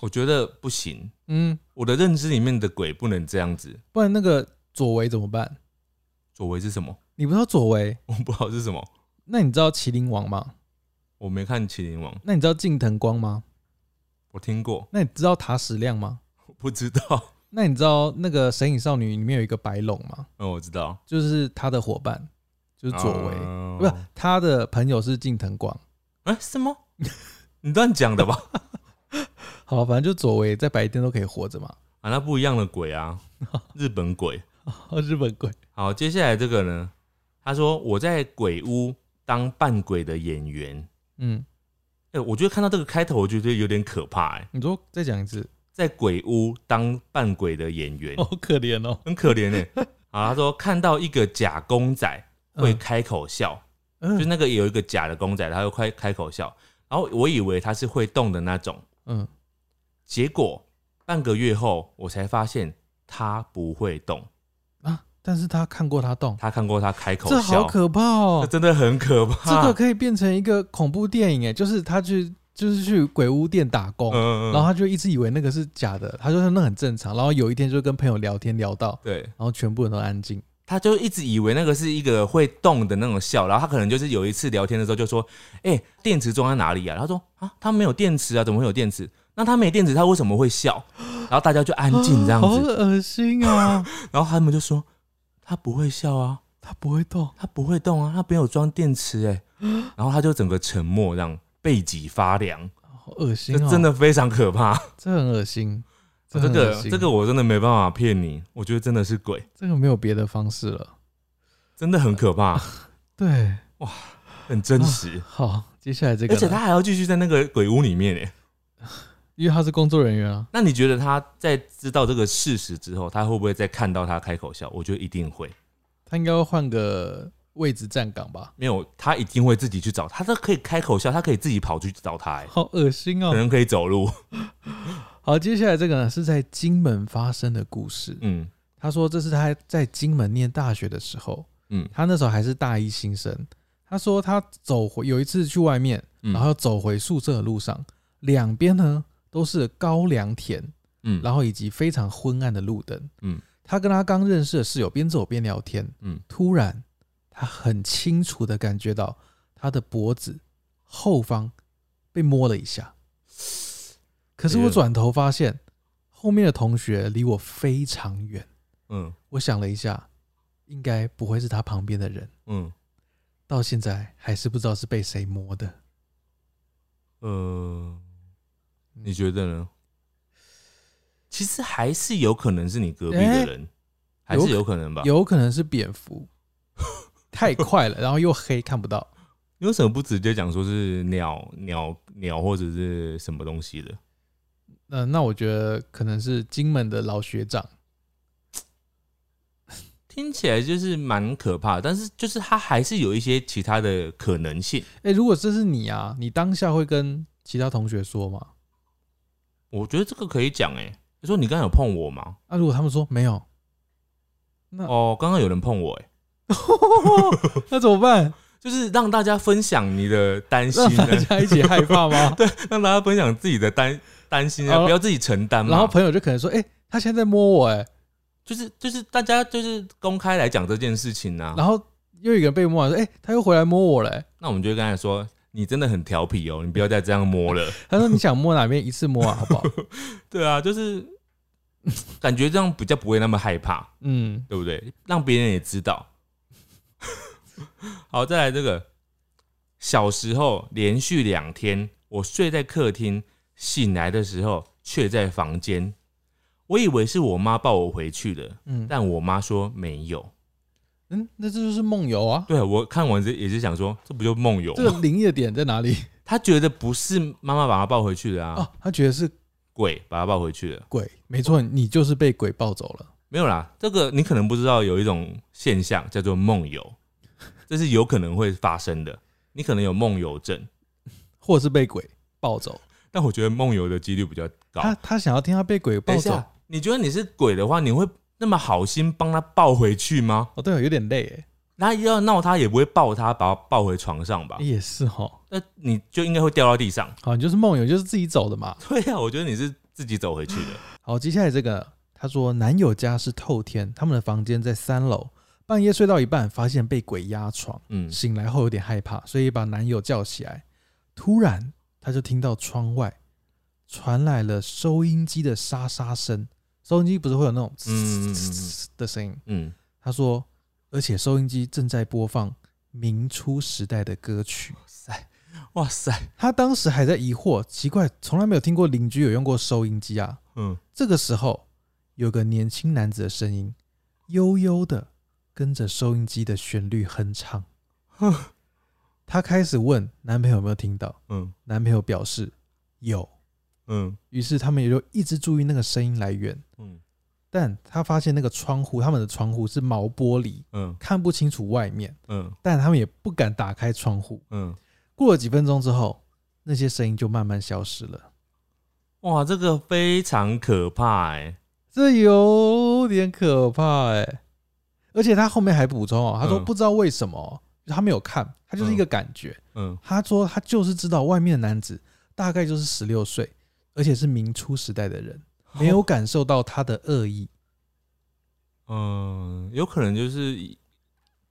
我觉得不行，
嗯，
我的认知里面的鬼不能这样子。
不然那个左为怎么办？
左为是什么？
你不知道左为，
我不知道是什么，
那你知道麒麟王吗？
我没看《麒麟王》，
那你知道近藤光吗？
我听过，
那你知道塔矢亮吗？
我不知道。
那你知道那个《神隐少女》里面有一个白龙吗？
嗯，我知道，
就是他的伙伴，就是左为，
啊
不是他的朋友是近藤光。
哎、什么？你乱讲的吧？
好，反正就左为在白天都可以活着嘛。
啊，那不一样的鬼啊，日本鬼。
日本鬼，
好，接下来这个呢？他说我在鬼屋当扮鬼的演员。
嗯，
哎、我觉得看到这个开头，我觉得有点可怕、哎，
你说再讲一次，
在鬼屋当扮鬼的演员，
好可怜哦。
很可怜哎、 好，他说看到一个假公仔会开口笑，
嗯
就是那个有一个假的公仔，他又快开口笑，然后我以为他是会动的那种，
嗯，
结果半个月后我才发现他不会动。
啊，但是他看过他动，
他看过他开口
这
笑，
好可怕哦
这。真的很可
这
怕。
个可以变成一个恐怖电影哎，就是他去就是去鬼屋店打工，
嗯，嗯嗯
然后他就一直以为那个是假的，他就说那很正常。然后有一天就跟朋友聊天聊到，
对，
然后全部人都安静。
他就一直以为那个是一个会动的那种笑，然后他可能就是有一次聊天的时候就说：“哎、电池装在哪里啊？”他说：“啊，他没有电池啊，怎么会有电池？那他没电池，他为什么会 笑？”然后大家就安静这样
好
子，
恶心啊！
然后他们就说：“他不会笑啊，
他不会动，
他不会动啊，他没有装电池哎、然后他就整个沉默，这样背脊发凉，
好恶
这
心哦！
真，的非常 可怕。
这很恶心。
这
很恶
个
心
这个我真的没办法骗你，我觉得真的是鬼。
这个没有别的方式了。
真的很可怕，
对，
很 真实，
好，接下啊来这个
而
呢，
且他还要继续在那个鬼屋里面哎。
因为他是工作人员啊，
那你觉得他在知道这个事实之后，他会不会再看到他开口笑？我觉得一定会，
他应该会换个位置站岗吧？
没有他一定会自己去找他，都可以开口笑，他可以自己跑去找他哎，
好恶心
可
哦！
能可以走路。
好，接下来这个呢是在金门发生的故事。
嗯
他说这是他在金门念大学的时候，
嗯
他那时候还是大一新生。他说他走回有一次去外面，
嗯
然后走回宿舍的路上，两边呢都是高粱田，
嗯，
然后以及非常昏暗的路灯。
嗯，
他跟他刚认识的室友边走边聊天，
嗯，
突然他很清楚的感觉到他的脖子后方被摸了一下，可是
哎
我
呦
转头发现后面的同学离我非常远，
嗯
我想了一下，应该不会是他旁边的人，
嗯
到现在还是不知道是被谁摸的。
呃，你觉得呢？其实还是有可能是你隔壁的人，还是有可能吧？
有可能是蝙蝠，太快了，然后又黑看不到。
你为什么不直接讲说是鸟鸟鸟或者是什么东西的？
嗯、那我觉得可能是金门的老学长，
听起来就是蛮可怕的，但是就是它还是有一些其他的可能性。
哎、如果这是你啊，你当下会跟其他同学说吗？
我觉得这个可以讲哎、欸，你说你刚刚有碰我吗？
那、啊如果他们说没有， 那
哦，刚刚有人碰我哎、
那怎么办？
就是让大家分享你的担心
让
呢，
大家一起害怕吗？
让大家分享自己的担担心
好
啊，
了
不要自己承担嘛。
然后朋友就可能说，哎、他现在在摸我、哎，
就是就是大家就是公开来讲这件事情呢、
然后又有一个人被摸完说，哎、他又回来摸我了、哎
那我们就会跟他说，你真的很调皮哦，你不要再这样 摸了。
他说你想摸哪边一次 摸啊，好不好？
对啊，就是感觉这样比较不会那么害怕，
嗯，
对不对？让别人也知道。 好，再来这个，小时候连续两天，我睡在客厅，醒来的时候却在房间。我以为是我妈抱我回去的，
嗯
但我妈说没有。
嗯，那这就是梦游啊。
对我看完这也是想说，这不就梦游
这
吗？
个灵异的点在哪里？
她觉得不是妈妈把她抱回去 的啊，
哦，他觉得是
鬼把她抱回去的。
鬼，没错，你就是被鬼抱走了。
没有啦，这个你可能不知道，有一种现象叫做梦游，这是有可能会发生的。你可能有梦游症，
或是被鬼抱走。
但我觉得梦游的几率比较高。
他他想要听他被鬼
哦等
抱
一
走，
下，你觉得你是鬼的话，你会那么好心帮他抱回去吗？
哦，对哦，有点累诶、
那要闹他也不会抱他，把他抱回床上吧
诶？也是哦哈。
那你就应该会掉到地 上。
好，你就是梦游，就是自己走的嘛。
对呀、我觉得你是自己走回去的。
好，接下来这个，他说男友家是透天，他们的房间在三楼，半夜睡到一半，发现被鬼压床，
嗯
醒来后有点害怕，所以把男友叫起来。突然，他就听到窗外传来了收音机的沙沙声，收音机不是会有那种
嗯嗯嗯嗯
的声音，
嗯，
他说，而且收音机正在播放明初时代的歌曲。
哇塞，
他当时还在疑惑，奇怪，从来没有听过邻居有用过收音机啊。
嗯，
这个时候，有个年轻男子的声音，悠悠的跟着收音机的旋律哼唱。他开始问男朋友有没有听到，
嗯
男朋友表示有，
嗯
于是他们也就一直注意那个声音来源。
嗯
但他发现那个窗户，他们的窗户是毛玻璃，
嗯
看不清楚外面。
嗯
但他们也不敢打开窗户。
嗯，
过了几分钟之后，那些声音就慢慢消失了。
哇，这个非常可怕哎、
这有点可怕哎、而且他后面还补充哦，他说
嗯
不知道为什么哦、他没有看，他就是一个感觉。
嗯
他说他就是知道外面的男子大概就是十六岁，而且是明初时代的人，没有感受到他的恶意。
嗯，有可能就是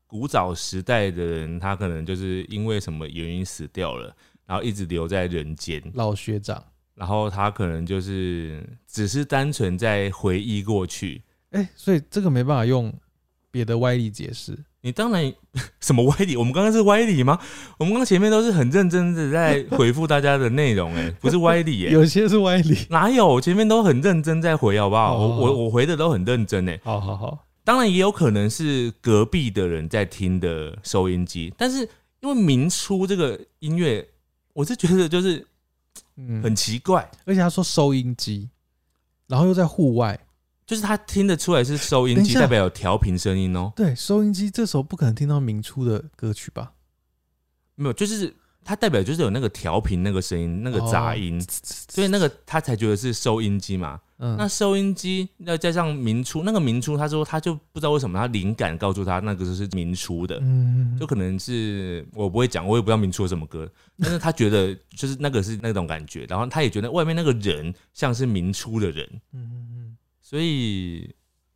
古早时代的人，他可能就是因为什么原因死掉了，然后一直留在人间，
老学长，
然后他可能就是只是单纯在回忆过去。
哎、所以这个没办法用别的歪理解释。
你当然 什么歪理？我们刚刚是歪理吗？我们刚刚前面都是很认真的在 回复大家的内容、哎，不是歪理、哎，
有些是歪理。
哪有？我前面都很认真在回，好不好？
哦
我我我回的都很认真、哎，
好好好，
当然也有可能是隔壁的人在听的收音机，但是因为民初这个音乐，我是觉得就是
嗯
很奇怪，
而且他说收音机，然后又在户外，
就是他听得出来是收音
等一
机，
下
代表有调频声音哦、
对，收音机这时候不可能听到明初的歌曲吧？
没有，就是它代表就是有那个调频那个声音那个杂音，所以那个他才觉得是收音机嘛。
哦嗯
那收音机要加上民初，那个民初他说他就不知道为什么他灵感告诉他那个就是民初的，
嗯，
就可能是我不会讲，我也不知道民初有什么歌，但是他觉得就是那个是那种感觉，然后他也觉得外面那个人像是民初的人，
嗯嗯
所以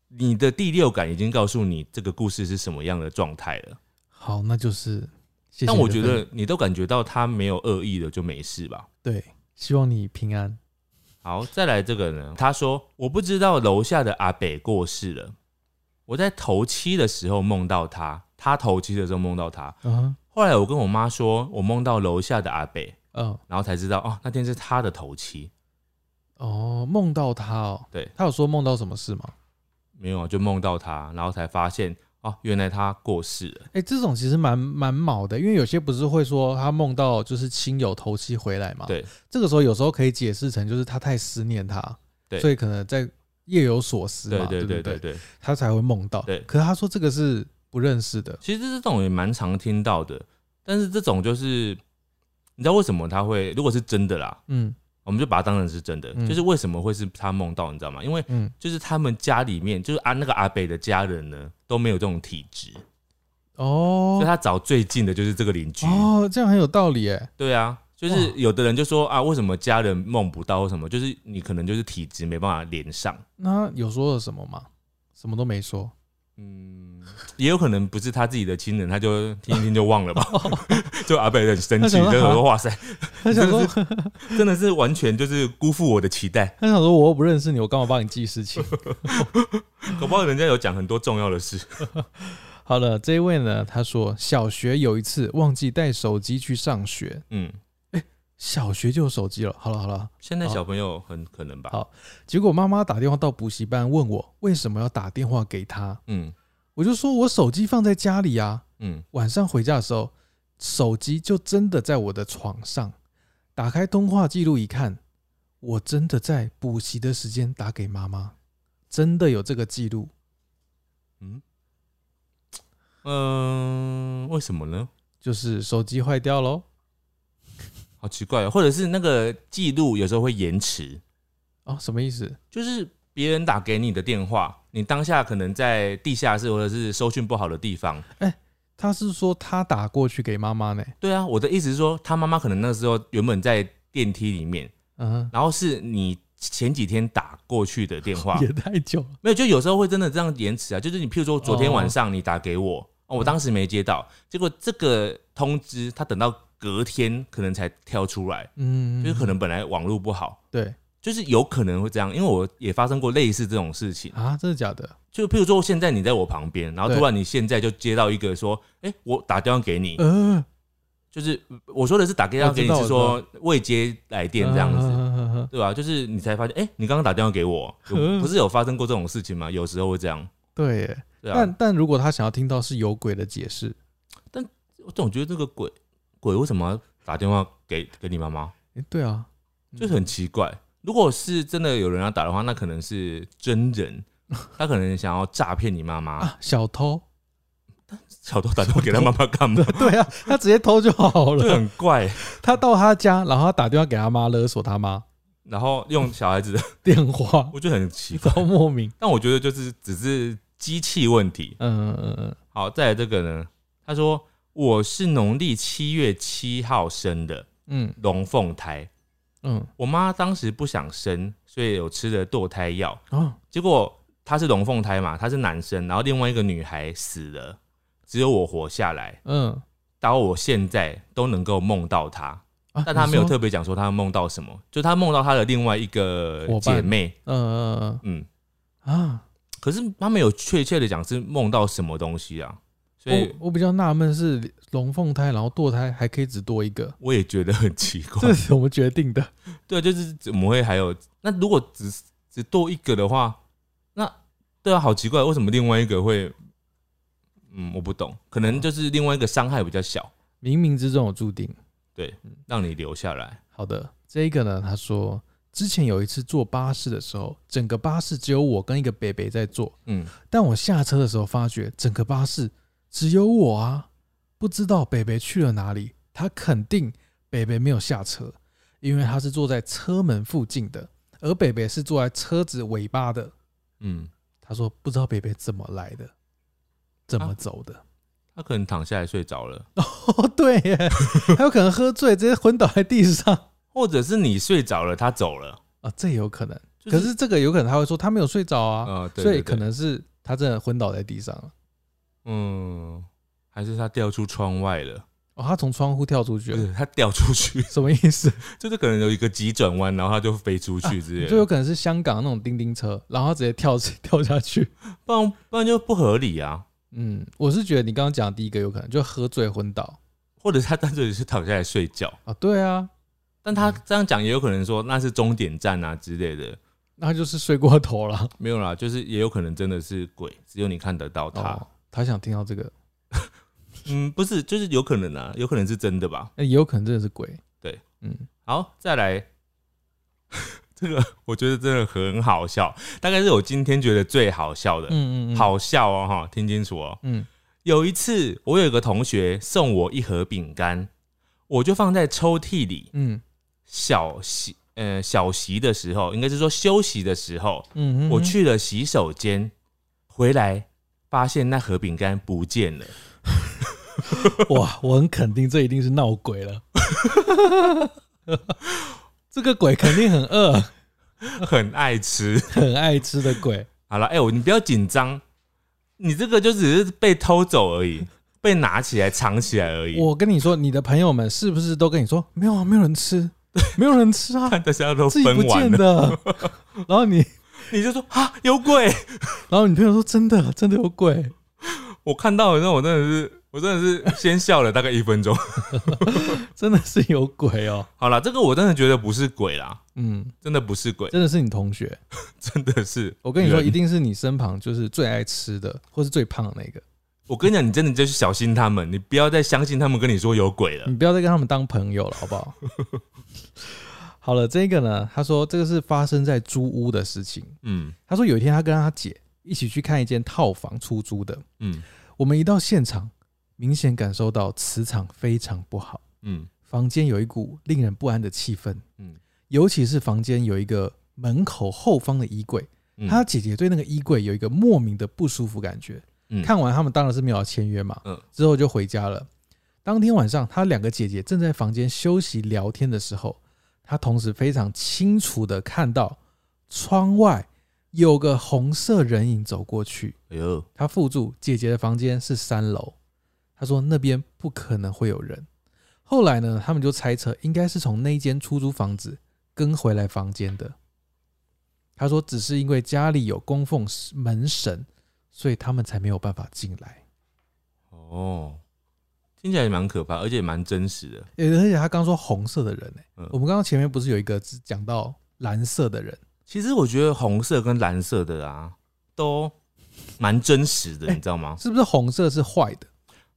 你的第六感已经告诉你这个故事是什么样的状态了。
好，那就是谢谢你的分享。
但我觉得你都感觉到他没有恶意的，就没事吧。
对，希望你平安。
好，再来这个呢？他说：“我不知道楼下的阿北过世了。我在头七的时候梦到他，他头七的时候梦到他。
嗯
后来我跟我妈说，我梦到楼下的阿北，
嗯
然后才知道哦，那天是他的头七。
哦，梦到他哦，
对
他有说梦到什么事吗？
没有啊，就梦到他，然后才发现哦，原来他过世了。
哎、这种其实蛮蛮毛的，因为有些不是会说他梦到就是亲友头七回来嘛，，
对，
这个时候有时候可以解释成就是他太思念他，
对
所以可能在夜有所思
对
嘛，
对
不
对
对
对对。
他才会梦到。
对
可是他说这个是不认识的，
其实这种也蛮常听到的，但是这种就是你知道为什么他会，如果是真的啦，
嗯
我们就把它当成是真的。
嗯
就是为什么会是他梦到，你知道吗？因为
嗯，
就是他们家里面，就是啊阿那个阿北的家人呢都没有这种体质，所以
哦
他找最近的就是这个邻居。
哦，这样很有道理哎，
对啊，就是
哇
有的人就说啊，为什么家人梦不到？为什么？就是你可能就是体质没办法连上。
那有说了什么吗？什么都没说，
嗯，也有可能不是他自己的亲人，他就听一听就忘了吧。 就阿北很生
他
气，
想
就
说
说：“哇塞，
他想说，
真的是完全就是辜负我的期待。
他想说，我又不认识你，我干嘛帮你记事情？
搞不好人家有讲很多重要的事。
好了，这一位呢，他说小学有一次忘记带手机去上学，
嗯，
小学就有手机了。好了好了，
现在小朋友很可能吧。
好结果妈妈打电话到补习班问我为什么要打电话给他，
嗯
我就说我手机放在家里啊，
嗯，
晚上回家的时候，手机就真的在我的床上。打开通话记录一看，我真的在补习的时间打给妈妈，真的有这个记录。
嗯、为什么呢？
就是手机坏掉喽。
好奇怪、哦，或者是那个记录有时候会延迟，
哦，什么意思？
就是别人打给你的电话，你当下可能在地下室或者是收讯不好的地方。
他是说他打过去给妈妈呢？
对啊，我的意思是说，他妈妈可能那时候原本在电梯里面，
嗯
然后是你前几天打过去的电话
哼，，也太久了。
没有，就有时候会真的这样延迟啊。就是你譬如说昨天晚上你打给我，哦我当时没接到，结果这个通知他等到隔天可能才跳出来，
嗯，
就是可能本来网络不好。
对
就是有可能会这样，因为我也发生过类似这种事情。
啊，真的假的？
就譬如说，现在你在我旁边，然后突
对
然你现在就接到一个说：“哎、我打电话给你。
呃，哦
就是我说的是打电话给你，
我知道嗯
是说未接来电这样子，
子。
对吧、就是你才发现，哎、你刚刚打电话给我，有
嗯
不是有发生过这种事情吗？有时候会这样，
对耶，
对啊
但。但如果他想要听到是有鬼的解释，
我总觉得这个鬼鬼为什么要打电话给给你妈妈，
诶对啊，
就是很奇怪。如果是真的有人要打的话，那可能是真人，他可能想要诈骗你妈妈。
啊，小偷。
小偷打电话给他妈妈干嘛？
对啊，他直接偷就好
这
了。
很怪。
他到他家，然后他打电话给他妈勒索他妈
然后用小孩子 的，
电话，
我觉得很奇怪。
超莫名。
但我觉得就是只是机器问题。
嗯嗯嗯
好，再来这个呢，他说我是农历七月七号生的
嗯
龙凤胎，
嗯
我妈当时不想生，所以有吃了堕胎药，
嗯哦
结果他是龙凤胎嘛，他是男生，然后另外一个女孩死了，只有我活下来，
嗯
到我现在都能够梦到她。
啊，
但他
你
没有
说
特别讲说他梦到什么，就他梦到他的另外一个
伙伴
姐妹，
嗯嗯
嗯，
嗯啊。
可是他没有确切的讲是梦到什么东西啊，所以
我我比较纳闷是龙凤胎，然后堕胎还可以只多一 个，
我也觉得很奇怪
这。是我们决定的。
对，啊就是怎么会还有？那如果只只多一个的话，那对啊，好奇怪，为什么另外一个会？嗯，我不懂，可能就是另外一个伤害比较小，
冥冥之中有注定。
让你留下来。
好的，这一个呢，他说之前有一次坐巴士的时候，整个巴士只有我跟一个北北在坐，
嗯，
但我下车的时候发觉整个巴士只有我啊，不知道北北去了哪里，他肯定北北没有下车，因为他是坐在车门附近的，而北北是坐在车子尾巴的。
嗯，
他说不知道北北怎么来
啊
的，怎么走的。
他可能躺下来睡着了，
哦，对 耶，还有可能喝醉直接昏倒在地上啊、
或者是你睡着了，他走了。
这也有可能。
就
可是这个有可能他会说他没有睡着啊，
呃，对
所以
对对
可能是他真的昏倒在地上了。
嗯，还是他掉出窗外了，
哦，他从窗户跳出去
就
了，
是他掉出去，
什么意思？
就是可能有一个急转弯，然后他就飞出去之类
啊就
的，
有可能是香港那种叮叮车，然后他直接跳跳下 去。
不然不然就不合理啊。
嗯，我是觉得你刚刚讲的第一个有可能就喝醉昏倒
或者他单纯是躺下来睡觉，
啊，对啊，
但他这样讲也有可能说那是终点站啊之类的，
那他就是睡过头了。
没有啦，就是也有可能真的是鬼，只有你看得到 他。
哦，他想听到这个，
嗯，不是，就是有可能啊，有可能是真的吧。
那哎也有可能真的是鬼。
对，
嗯，
好，再来， 这个我觉得真的很好笑，大概是我今天觉得最好笑的，
嗯嗯嗯，，
好笑哦哈，听清楚哦。
嗯，
有一次，我有一个同学送我一盒饼干，我就放在抽屉里。
嗯
小息，呃，小息的时候，应该是说休息的时候，
嗯，
我去了洗手间，回来发现那盒饼干不 见了。
哇，我很肯定这一定是闹鬼了。 这个鬼肯定很饿，
很爱吃。
很爱吃的鬼。
好了，哎、我你不要紧张，你这个就只是被偷走而已，被拿起来藏起来而已。
我跟你说，你的朋友们是不是都跟你说没有啊？没有人吃， 没有人吃 啊，
看大家都
自己不
分完
见
了，
的。 然后你，
你就说啊有鬼！
然后你朋友说真的，真的有鬼。
我看到了，那我真的是，我真的是先笑了大概一分钟。
真的是有鬼哦。
好了，这个我真的觉得不是鬼啦，
嗯，
真的不是鬼，
真的是你同学，
真的是。
我跟你说，
人
一。定是你身旁就是最爱吃的，或是最胖的那个。
我跟你讲，你真的就是小心他们，你不要再相信他们跟你说有鬼了
你。不要再跟他们当朋友了，好不好？ 好了，这个呢，他说这个是发生在租屋的事情。
嗯
他说有一天他跟他姐一起去看一间套房出租的，
嗯
我们一到现场，明显感受到磁场非常不好。
嗯
房间有一股令人不安的气氛，
嗯
尤其是房间有一个门口后方的衣柜，
嗯，
他姐姐对那个衣柜有一个莫名的不舒服感觉。
嗯
看完他们当然是没有要签约嘛，
嗯
之后就回家了。当天晚上，他两个姐姐正在房间休息聊天的时候，他同时非常清楚的看到窗外有个红色人影走过去。
哎呦，
他附注姐姐的房间是三楼，他说那边不可能会有人。后来呢，他们就猜测应该是从那间出租房子跟回来房间的。他说只是因为家里有供奉门神，所以他们才没有办法进来。
哦，听起来也蛮可怕，而且也蛮真实的。
诶而且他刚说红色的人、欸，
嗯
我们刚刚前面不是有一个只讲到蓝色的人？
其实我觉得红色跟蓝色的啊，都蛮真实的，
哎
你知道吗？
是不是红色是坏的？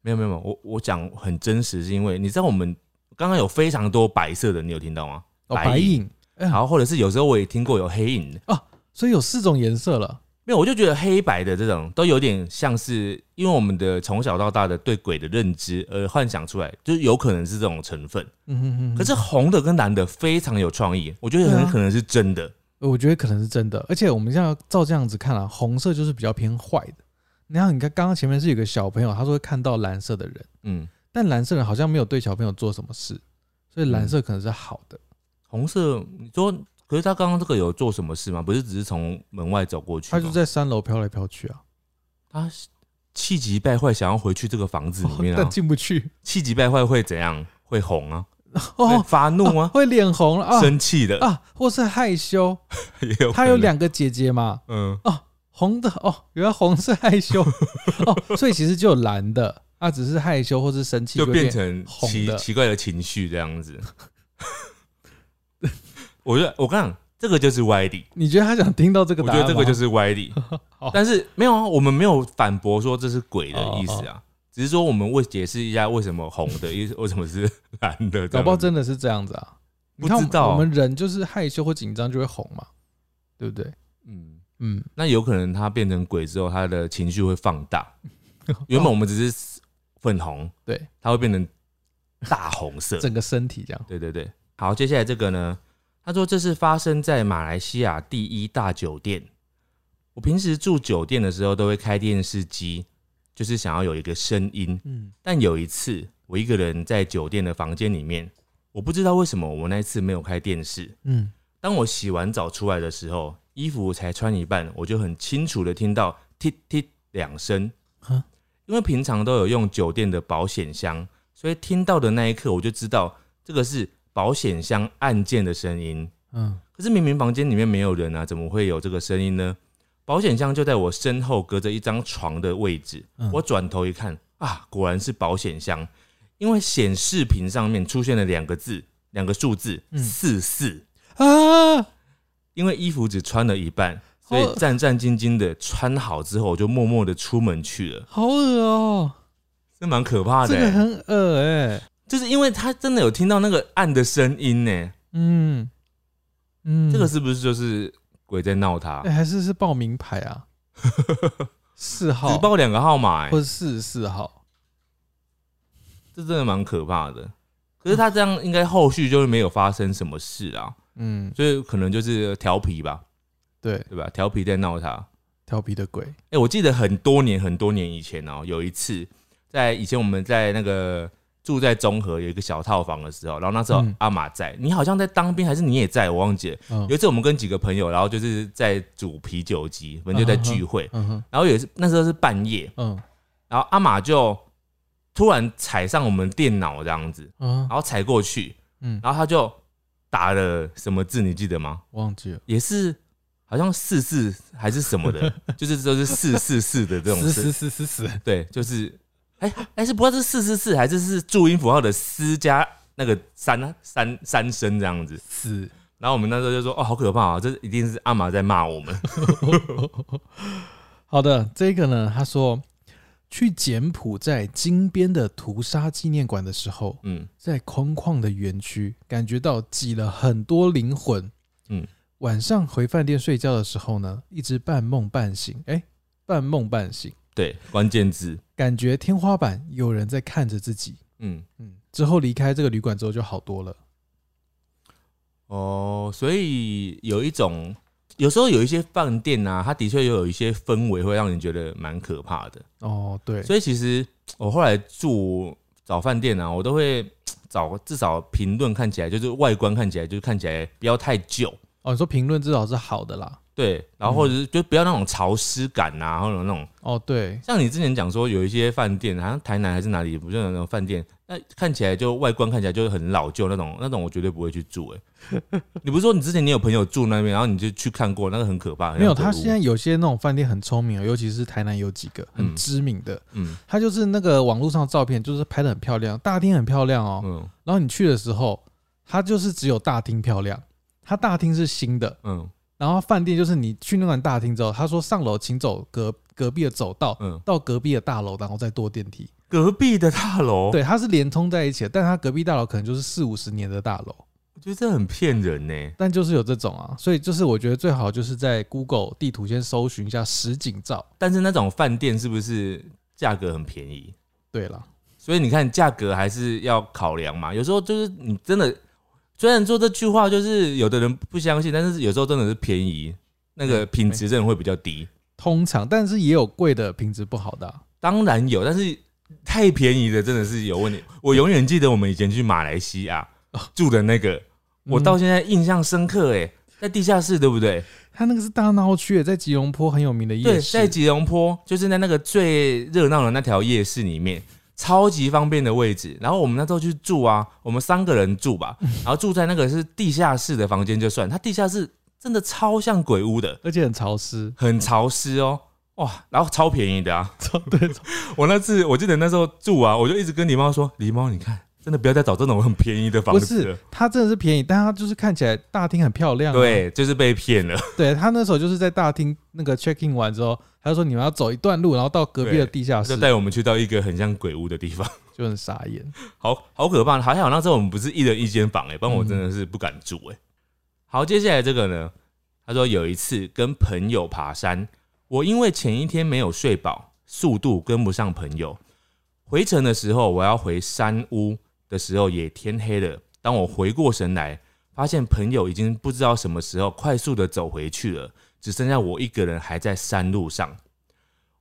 没有没有没有，我我讲很真实，是因为你知道我们刚刚有非常多白色的，你有听到吗？
哦，
白
白影，嗯
然后或者是有时候我也听过有黑影的，
所以有四种颜色了。
没有，我就觉得黑白的这种都有点像是，因为我们的从小到大的对鬼的认知而幻想出来，就是有可能是这种成分。
嗯哼哼哼
可是红的跟蓝的非常有创意，我觉得很
对啊
可能是真的。
我觉得可能是真的，而且我们现在照这样子看啊，红色就是比较偏坏的。然后你看，刚刚前面是有个小朋友，他说会看到蓝色的人，
嗯，
但蓝色人好像没有对小朋友做什么事，所以蓝
嗯
色可能是好的。
红色，你说，可是他刚刚这个有做什么事吗？不是只是从门外走过去
他
吗？
就在三楼飘来飘去啊，
他气急败坏，想要回去这个房子里 面
但
啊。
进不 去
气急败坏会怎样？会红啊？会
哦，
发怒
啊
啊？
会脸红了啊
生气的、
啊，或是害羞。
也有。
他有，两个姐姐嘛，
嗯，
红的哦，原来红是害羞 哦，所以其实就有蓝的，啊，只是害羞或是生气
就
变
变成
红
奇
的
奇怪的情绪这样子。 我觉得，我跟你讲，这个就是歪理。
你觉得他想听到这个
我
答
觉
案吗？
得这个就是歪理
好，
但是没有啊，我们没有反驳说这是鬼的意思
哦
啊，只是说我们为解释一下为什么红 的，因为什么是蓝的这样子，
搞不好真的是这样子啊！
不
你看我
知
们
道
我们人就是害羞或紧张就会红嘛，对不对？
嗯，
嗯，
那有可能他变成鬼之后，他的情绪会放 大。原本我们只是粉红，
对，。
它会变成大红色
整个身体这样。
对对对，好，接下来这个呢？他他说这是发生在马来西亚第一大酒店。我平时住酒店的时候都会开电视机，就是想要有一个声音。
嗯，
但有一次，我一个人在酒店的房间里面，我不知道为什么我那一次没有开电视。
嗯，
当我洗完澡出来的时候，衣服才穿一半，我就很清楚的听到“踢踢”两声
啊。
因为平常都有用酒店的保险箱，所以听到的那一刻我就知道这个是保险箱按键的声音。
嗯，
可是明明房间里面没有人啊，怎么会有这个声音呢？保险箱就在我身后，隔着一张床的位置。
嗯
我转头一看，啊，果然是保险箱，因为显示屏上面出现了两个字，两个数字
嗯
四四。
啊，
因为衣服只穿了一半，所
好
以战战兢兢的穿好之后，我就默默的出门去了，
好恶哦、
这蛮可怕
这
的欸、
个很恶哎、
就是因为他真的有听到那个按的声音呢、
嗯嗯，
这个是不是就是鬼在闹他
哎、？还是是报名牌 啊，四号
只报两个号码、欸，
或者四十四号，
这真的蛮可怕的。可是他这样应该后续就是没有发生什么事啊，
嗯，
所以可能就是调皮吧，
对，
对吧？调皮在闹他。
调皮的鬼，
哎、我记得很多年很多年以前哦、有一次在以前我们在那个住在中和有一个小套房的时候，然后那时候
嗯
阿玛在，你好像在当兵还是你也在，我忘记了。
嗯
有一次我们跟几个朋友，然后就是在煮啤酒鸡，我们就在聚会，
嗯哼，
然后也是那时候是半夜，
嗯
然后阿玛就突然踩上我们电脑这样子，
嗯
然后踩过去，
嗯，
然后他就打了什么字，你记得吗？
忘记了，
也是好像四四还是什 么的，就是都是四四四的这种
死死
字，
死死死，
对，就是哎哎、是不知道是四四四还是是注音符号的四加那个三啊三三声这样子。
死，
然后我们那时候就说哦，好可怕啊，这一定是阿玛在骂我们。
好的，这个呢，他说去柬埔寨金边的屠杀纪念馆的时候，
嗯，
在空旷的园区，感觉到挤了很多灵魂。
嗯，
晚上回饭店睡觉的时候呢，一直半梦半醒，哎、半梦半醒，
对，关键字，
感觉天花板有人在看着自己。
嗯，
嗯，之后离开这个旅馆之后就好多了。
哦，所以有一种。有时候有一些饭店啊，它的确有有一些氛围会让人觉得蛮可怕的。
哦，对，
所以其实我后来住找饭店啊，我都会找至少评论看起来就是外观看起来就是看起来不要太旧，
哦，你说评论至少是好的啦。
对，然后或
嗯
者是就不要那种潮湿感啊，或者那种
哦，对，
像你之前讲说有一些饭店，好像台南还是哪里，不是有那种饭店，那看起来就外观看起来就很老旧那种，那种我绝对不会去住、欸。 你不是说你之前你有朋友住那边，然后你就去看过，那个很可怕。很像
没有，
鬼
他
屋
现在有些那种饭店很聪明哦，尤其是台南有几个很
嗯
知名的，
嗯
他就是那个网络上的照片，就是拍的很漂亮，大厅很漂亮哦。
嗯
然后你去的时候，它就是只有大厅漂亮，它大厅是新的，
嗯
然后饭店就是你去那段大厅之后，他说上楼请走隔隔壁的走道，
嗯，
到隔壁的大楼，然后再坐电梯。
隔壁的大楼，，
对，它是连通在一起的，但它隔壁大楼可能就是四五十年的大楼，
我觉得这很骗人呢、欸
但就是有这种啊，所以就是我觉得最好就是在 Google 地图先搜寻一下实景照。
但是那种饭店是不是价格很便宜？
对了，
所以你看价格还是要考量嘛。有时候就是你真的，虽然说这句话就是有的人不相信，但是有时候真的是便宜，那个品质真的会比较低。
通常但是也有贵的品质不好的啊、
当然有，但是太便宜的真的是有问题。我永远记得我们以前去马来西亚住的那个，我
嗯
到现在印象深刻哎、在地下室对不对？
它那个是大闹区，在吉隆坡很有名的
对，
夜市。
在吉隆坡，就是在那个最热闹的那条夜市里面，超级方便的位置。然后我们那时候去住啊，我们三个人住吧，然后住在那个是地下室的房间就算，它地下室真的超像鬼屋的，
而且很潮湿，
很潮湿哦。哇，然后超便宜的啊！
超对，超
我那次我记得那时候住啊，我就一直跟狸猫说：“狸猫，你看，真的不要再找这种很便宜的房
不
子
是
了。，
它真的是便宜，但它就是看起来大厅很漂”亮、，啊
对，就是被骗了。
对，他那时候就是在大厅那个 check in 完之后，他就说你们要走一段路，然后到隔壁的地下
就
室，
带我们去到一个很像鬼屋的地方，
就很傻眼。
好好可怕！还好那时候我们不是一人一间房、欸，不然我真的是不敢住、欸，好，接下来这个呢？他说有一次跟朋友爬山，我因为前一天没有睡饱，速度跟不上朋友。回程的时候，我要回山屋的时候也天黑了。当我回过神来，发现朋友已经不知道什么时候快速的走回去了，只剩下我一个人还在山路上。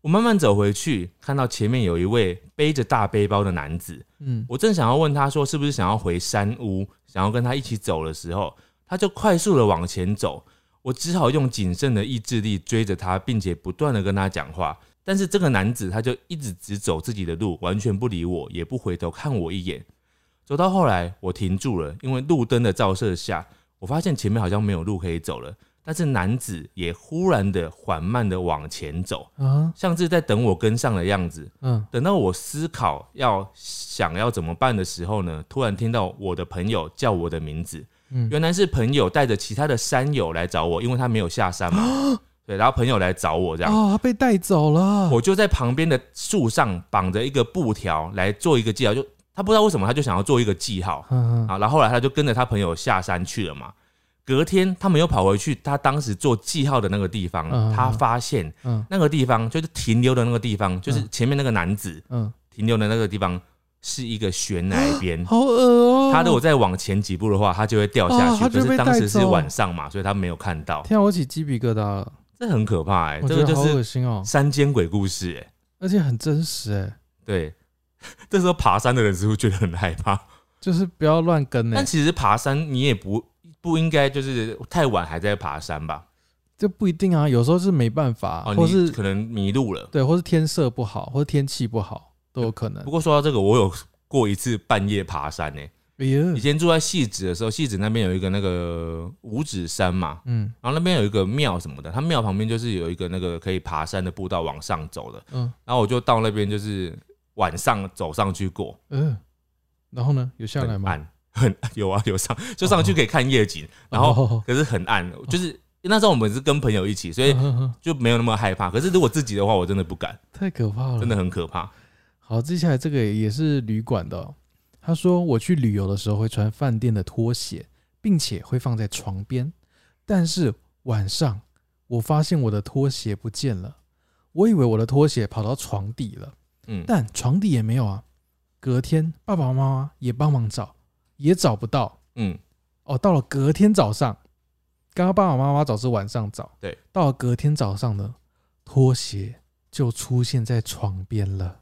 我慢慢走回去，看到前面有一位背着大背包的男子，
嗯，
我正想要问他说是不是想要回山屋，想要跟他一起走的时候，他就快速的往前走，我只好用谨慎的意志力追着他，并且不断的跟他讲话。但是这个男子他就一直只走自己的路，完全不理我，也不回头看我一眼。走到后来，我停住了，因为路灯的照射下，我发现前面好像没有路可以走了。但是男子也忽然的缓慢的往前走，
啊，
像是在等我跟上的样子。
嗯，
等到我思考要想要怎么办的时候呢，突然听到我的朋友叫我的名字，
嗯
原来是朋友带着其他的山友来找我，因为他没有下山嘛，对，然后朋友来找我这样，
哦哦，他被带走了，
我就在旁边的树上绑着一个布条来做一个记号，就他不知道为什么他就想要做一个记号
嗯嗯
啊，然后后来他就跟着他朋友下山去了嘛。隔天，他们又跑回去他当时做记号的那个地方，
嗯
他发现
嗯
那个地方就是停留的那个地方，就是前面那个男子，
嗯，。
停留的那个地方是一个悬崖边
好恶哦，
他如果再往前几步的话，他就会掉下
啊
去。
他
可
就被
是当时是
带走
晚上嘛，所以他没有看到，
天啊，我起鸡皮疙瘩了，
这很可怕哎、
我
这
觉
个
得
就
好恶
是
心哦，
山间鬼故事哎、
而且很真实哎，
对， 这时候爬山的人是不是觉得很害 怕？
就是不要乱跟哎
但，其实爬山你也不不应该就是太晚还在爬山吧？
这不一定啊，有时候是没办法，
哦，
或
你
是
可能迷路了。
对，或是天色不好，或是天气不好都有可能
不。过说到这个，我有过一次半夜爬山欸呢、
哎呀，
以前住在戏子的时候，戏子那边有一个那个五指山嘛，
嗯
然后那边有一个庙什么的，它庙旁边就是有一个那个可以爬山的步道往上走的，
嗯
然后我就到那边就是晚上走上去过，
嗯，然后呢，有下来
很
吗？哦
暗，很 有啊有上就上去可以看夜景，然后
后
可是很暗，就是那时候我们是跟朋友一起，所以就没有那么害怕。可是如果自己的话，我真的不敢，
太可怕了，
真的很可怕。
好，接下来这个也是旅馆的哦、他说我去旅游的时候会穿饭店的拖鞋，并且会放在床边，但是晚上我发现我的拖鞋不见了，我以为我的拖鞋跑到床底了，
嗯，
但床底也没有啊。隔天爸爸妈妈也帮忙找，也找不到。
嗯，
哦，到了隔天早上，刚刚爸爸妈妈找是晚上找，
对，
到了隔天早上呢，拖鞋就出现在床边了。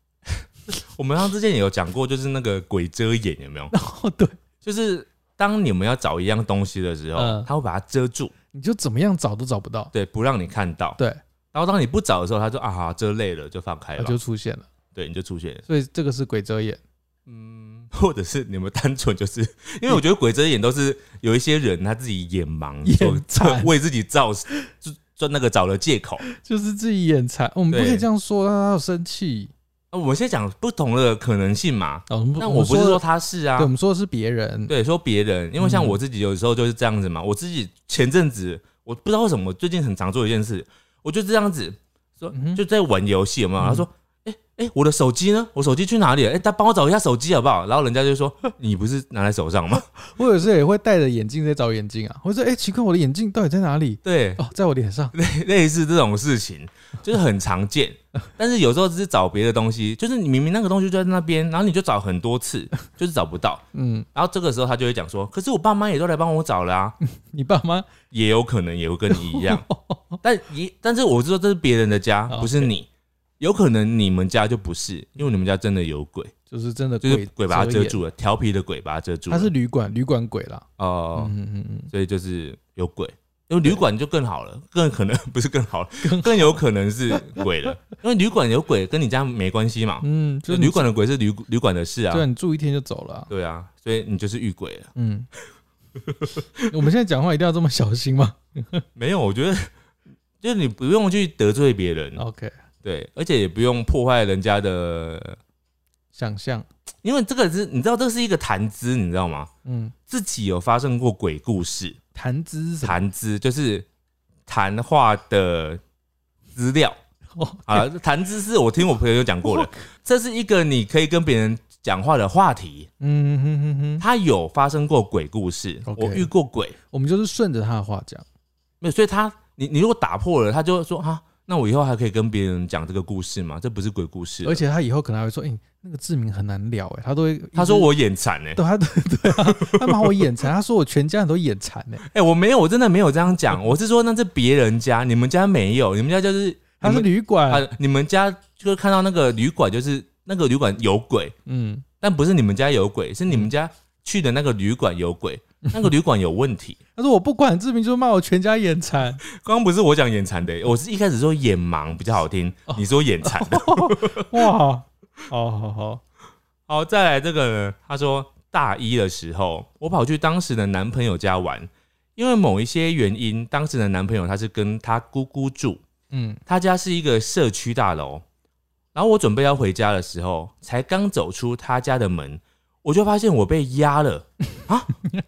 我们上之前也有讲过，就是那个鬼遮眼有没有？
哦，对，
就是当你们要找一样东西的时候
嗯，
他会把它遮住，
你就怎么样找都找不到。
对，不让你看到。
对，
然后当你不找的时候，他就啊哈，这累了就放开
它
了，
就出现了，
对，你就出现了。
所以这个是鬼遮眼。
嗯， 或者是你们单纯就是，因为我觉得鬼遮眼都是有一些人他自己眼盲，
眼
所以
残
为自己造就就那个找了借口。
就是自己眼馋，我们不
对
可以这样说，让他有生气。
啊，我们先讲不同的可能性嘛。
哦，我们
那我不是说
说，
他是
对，我
啊，
们说的是别人。，
对，说别人，因为像
嗯
我自己有时候就是这样子嘛。我自己前阵子我不知道为什么最近很常做一件事，我就这样子说
嗯，哼
就在玩游戏有没有？他
嗯
说。哎、诶我的手机呢？我手机去哪里了？哎、他帮我找一下手机好不好？然后人家就说：“你不是拿在手上吗
我有时候也会戴着眼镜在找眼镜啊，我说，哎、奇怪，我的眼镜到底在哪里？”？
对，
哦，在我脸 上。
类似这种事情，就是很常见。但是有时候只是找别的东西，就是你明明那个东西就在那边，然后你就找很多次，就是找不到。
嗯，
然后这个时候他就会讲说：“可是我爸妈也都来帮我找了啊。
你爸妈，”
也有可能也会跟你 一样，但一但是我知道这是别人的家，
哦嗯
不是你。有可能你们家就不是，因为你们家真的有鬼，
就是真的
就是鬼把它遮
眼。
住了，调皮的鬼把它遮住了。
他是旅馆，旅馆鬼啦。
哦、
嗯嗯嗯
所以就是有鬼。因为旅馆就更好了，更可能不是更好了，
更
更有可能是鬼 了。因为旅馆有鬼跟你家没关系嘛，
嗯，嗯，
就
你
旅，馆的鬼是旅旅馆的事啊
对，啊，你住一天就走了啊、
对啊，所以你就是遇鬼了。
嗯，我们现在讲话一定要这么小心吗
没有，我觉得就是你不用去得罪别人，
？OK，
对，而且也不用破坏人家的，
想象，
因为这个是你知道这是一个谈资，你知道吗？
嗯，
自己有发生过鬼故事，
谈资是什么？
谈资就是谈话的资料。
哦
啊，谈资是我听我朋友讲过的，这是一个你可以跟别人讲话的话题。
嗯哼哼哼，
他有发生过鬼故事，
OK
我遇过鬼，
我们就是顺着他的话讲，
没有，所以他你你如果打破了，他就会说啊，那我以后还可以跟别人讲这个故事吗？这不是鬼故事了。
而且他以后可能还会说，哎、那个志明很难聊、哎，他都会
他说我眼馋哎、
对他对啊，他骂我眼馋，他说我全家人都眼馋 呢、哎
哎、我没有，我真的没有这样 讲。我是说，那是别人家，你们家没有，你们家就是
他是
你们
旅馆，
啊，你们家就是看到那个旅馆，就是那个旅馆有鬼，
嗯，
但不是你们家有鬼，是你们家去的那个旅馆有鬼，那个旅馆有问题。
他说我不管，志明就骂我全家眼馋，
刚刚不是我讲眼馋的、哦我是一开始说眼盲比较好听，你说眼 馋。
哇，好好好，
好，再来这个呢，他说大一的时候，我跑去当时的男朋友家玩，因为某一些原因，当时的男朋友他是跟他姑姑住，
嗯，
他家是一个社区大楼。然后我准备要回家的时候，才刚走出他家的门，我就发现我被压了啊！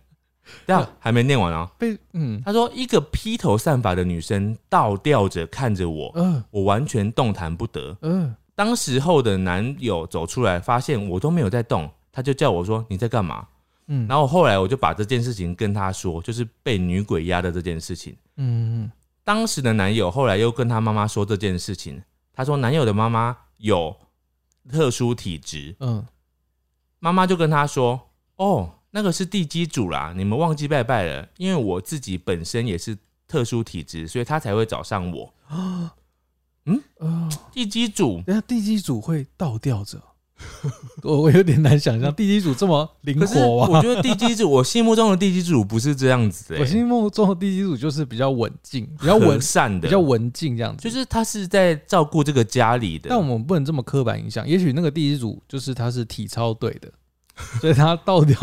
这样还没念完啊。
被嗯
他说，一个披头散发的女生倒吊着看着我，
嗯
我完全动弹不得。
嗯
当时候的男友走出来，发现我都没有在动，他就叫我说你在干嘛？
嗯，
然后后来我就把这件事情跟他说，就是被女鬼压的这件事情。
嗯嗯
当时的男友后来又跟他妈妈说这件事情，他说男友的妈妈有特殊体质，
嗯，
妈妈就跟他说：“哦，那个是地基主啦，你们忘记拜拜了。因为我自己本身也是特殊体质，所以他才会找上我。
哦，
地基主
等一下地基组会倒吊着，我我有点难想象地基组这么灵
可是
活
我
啊。
觉得地基主，我心目中的地基主不是这样子、欸，
我心目中的地基组就是比较稳静，比较
和
稳，
善的，
比较文静这样子。
就是他是在照顾这个家里的。
但我们不能这么刻板印象。也许那个第一组就是他是体操队的，所以他倒吊、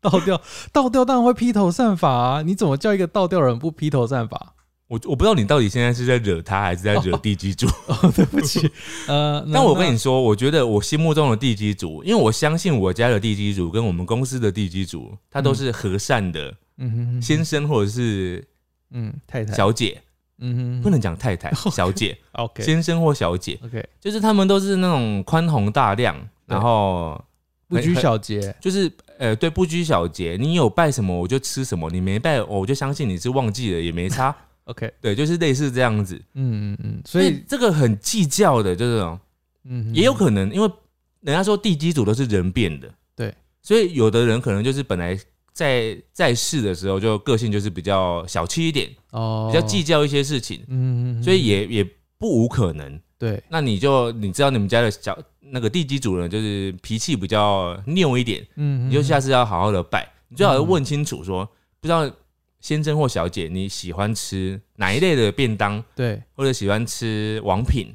倒吊、倒吊，当然会披头散发啊！你怎么叫一个倒吊人不披头散发？
我我不知道你到底现在是在惹他，还是在 惹地基主。
哦，对不起， 呃，那
但我跟你说，我觉得我心目中的地基主，因为我相信我家的地基主跟我们公司的地基主，他都是和善的、
那嗯嗯哼哼
先生或者是
嗯太太
小姐，
嗯哼哼
不能讲太 太、小姐、
OK
先生或小姐，
OK
就是他们都是那种宽宏大量，
对
然后
不拘小节，
就是呃，对，不拘小节，你有拜什么我就吃什么，你没拜、我就相信你是忘记了也没差。
OK
对，就是类似这样子，
嗯嗯嗯，所
所
以
以这个很计较的，就是这种
嗯哼
也有可能，因为人家说地基组都是人变的，
对，
所以有的人可能就是本来在在世的时候就个性就是比较小气一点，
哦
比较计较一些事情，
嗯哼哼
所以也也不无可能。
对
那你就你知道你们家的小那个地基主人就是脾气比较拗一点，
嗯
你就
像
下次要好好的拜，你最好要问清楚说，不知道先生或小姐你喜欢吃哪一类的便当，
对
或者喜欢吃王 品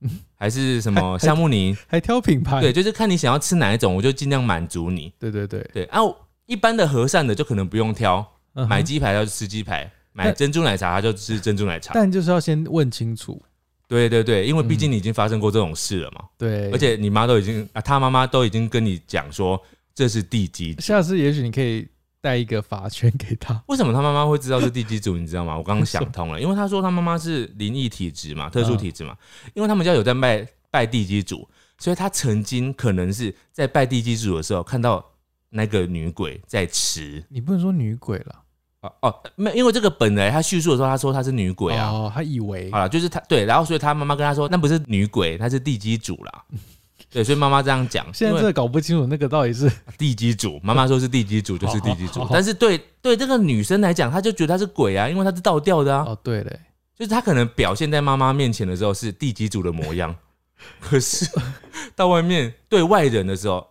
嗯，
还是什
还
么夏目尼？
还挑品牌，
对，就是看你想要吃哪一种，我就尽量满足你。
对对对，
对啊，一般的和善的就可能不用挑，
嗯哼
买鸡排他就吃鸡排，买
但
珍珠奶茶他就吃珍珠奶茶。
但就是要先问清楚，
对对对，因为毕
嗯
竟你已经发生过这种事了嘛，
对，
而且你妈都已经啊，她妈妈都已经跟你讲说这是地基。
下次也许你可以带一个法圈给他。
为什么她妈妈会知道是地基组？你知道吗？我刚刚想通 了，因为她说她妈妈是灵异体质
嗯
嘛，特殊体质嘛，因为他们家有在拜拜地基组，所以她曾经可能是在拜地基组的时候看到那个女鬼在吃。
你不能说女鬼了，
哦哦，没，因为这个本来他叙述的时候，他说她是女鬼啊。
哦，他以为
好了，就是他对，然后所以他妈妈跟他说，那不是女鬼，她是地基主啦。对，所以妈妈这样讲，
现在
因
真
为
的搞不清楚那个到底是
地基主，妈妈说是地基主
哦
就是地基主
好好，
但是对对这个女生来讲，她就觉得她是鬼啊，因为她是倒吊的啊，
哦，对嘞，
就是她可能表现在妈妈面前的时候是地基主的模样，可 是到外面对外人的时候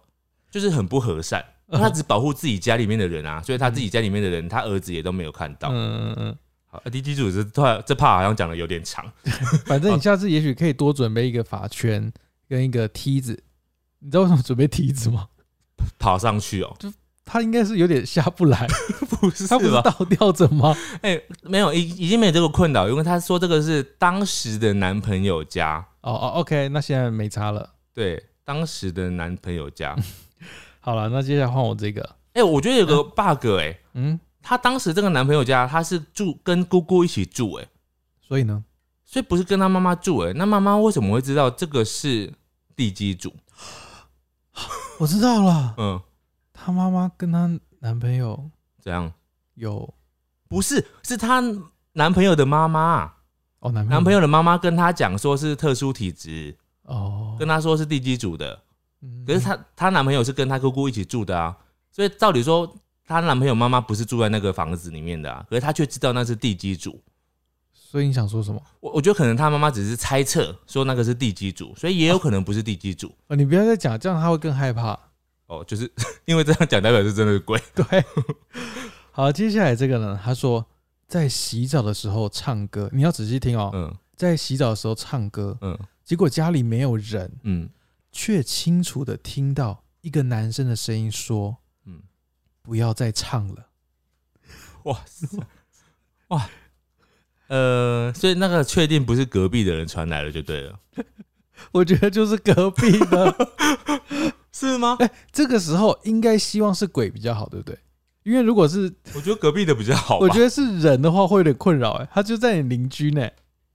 就是很不和善，因为她只保护自己家里面的人啊，所以她自己家里面的人，她儿子也都没有看到。
嗯嗯嗯
好，呃地基主这怕这怕好像讲的有点长，
嗯， 反正你下次也许可以多准备一个法圈跟一个梯子。你知道为什么准备梯子吗？
爬上去哦，
他应该是有点下不 来，
不是
嗯他不是
吧？
倒吊着吗？
哎、没有，已已经没有这个困扰，因为他说这个是当时的男朋友家，
哦哦，OK，那现在没差了。
对，当时的男朋友家。
嗯好了，那接下来换我这个，
哎、我觉得有个 bug 哎、
嗯，
她当时这个男朋友家，她是住跟姑姑一起住哎、
所以呢，
所以不是跟她妈妈住哎、那妈妈为什么会知道这个是地基主？
我知道了，
嗯，
她妈妈跟她男朋友
怎样？
有
不是，是她男朋友的妈妈。啊
哦，男朋友
男朋友的妈妈跟他讲说是特殊体质，
哦，
跟他说是地基组的，
嗯
可是她她男朋友是跟她姑姑一起住的啊，所以照理说她男朋友妈妈不是住在那个房子里面的啊，可是她却知道那是地基组。
所以你想说什么？
我我觉得可能她妈妈只是猜测说那个是地基组，所以也有可能不是地基组
哦，你不要再讲，这样他会更害怕。
哦，就是 因为这样讲代表是真的是鬼。
对，好，接下来这个呢？他说在洗澡的时候唱歌，你要仔细听哦，
嗯
在洗澡的时候唱歌，
嗯
结果家里没有人，
嗯，
却清楚的听到一个男生的声音说：“嗯
嗯，
不要再唱了。
哇塞哇，呃，所以那个确定不是隔壁的人传来的就对了，”
我觉得就是隔壁的，
是吗？
这个时候应该希望是鬼比较好，对不对？因为如果是
我觉得隔壁的比较好吧，
我觉得是人的话，会有点困扰。哎，他就在你邻居呢。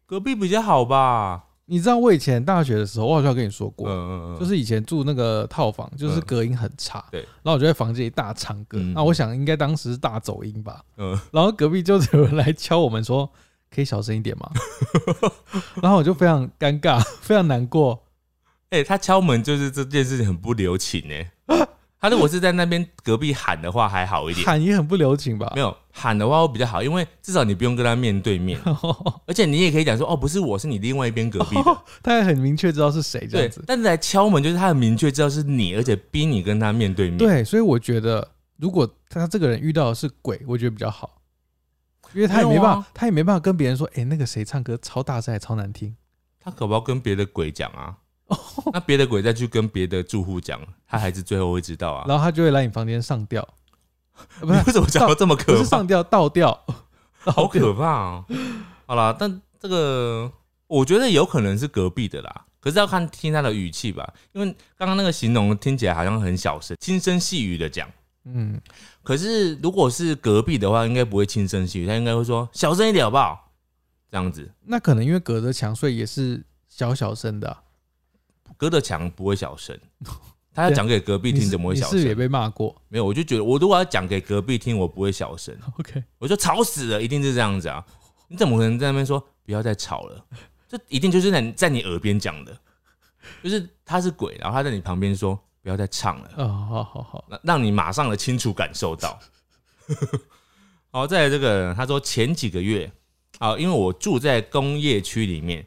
隔壁比较好吧。
你知道我以前大学的时候，我好像有跟你说过，
嗯嗯嗯，
就是以前住那个套房，就是
嗯
隔音很差。
对
然后我就在房间里大唱歌。
嗯
那我想应该当时是大走音吧。
嗯
然后隔壁就有人来敲我们说：“可以小声一点吗？” 然后我就非常尴尬，非常难过。
哎、他敲门就是这件事情很不留情哎、 他如果是在那边隔壁喊的话还好一点，
喊也很不留情吧
没？有喊的话会比较好，因为至少你不用跟他面对面，而且你也可以讲说哦，不是我是你另外一边隔壁的，
他也很明确知道是谁这样
哦对
子。。
但是来敲门就是他很明确知道是你，而且逼你跟他面对面。
对，所以我觉得如果他这个人遇到的是鬼，我觉得比较好，因为他也没
没有
办
啊
法，他也没办法跟别人说：“哎、那个谁唱歌超大声，还超难听。
他可不好跟别的鬼讲啊，那别的鬼再去跟别的住户讲，他还是最后会知道”啊。
然后他就会来你房间上吊， 啊
你
不是
为什么讲
上
到这么
不
可
是
怕？
上吊倒吊，
好可怕哦！好啦，但这个我觉得有可能是隔壁的啦，可是要看听他的语气吧，因为刚刚那个形容听起来好像很小声，轻声细语的讲。
嗯，
可是如果是隔壁的话，应该不会轻声细语，他应该会说小声一点好不好？这样子，
那可能因为隔着墙，所以也是小小声的啊、
隔着墙不会 小声。他要讲给隔壁
你
听，
是
怎么会
你
小
是不是也
声？
被骂过
没有，我就觉得我如果要讲给隔壁听，我不会小声。
？OK，
我就吵死了，一定是这样子啊！你怎么可能在那边说不要再吵了？这一定就是在你在你耳边讲的，就是他是鬼，然后他在你旁边说不要再唱了，
哦，好好好，
那让你马上的清楚感受到。 好，再来这个，他说前几个月啊，因为我住在工业区里面，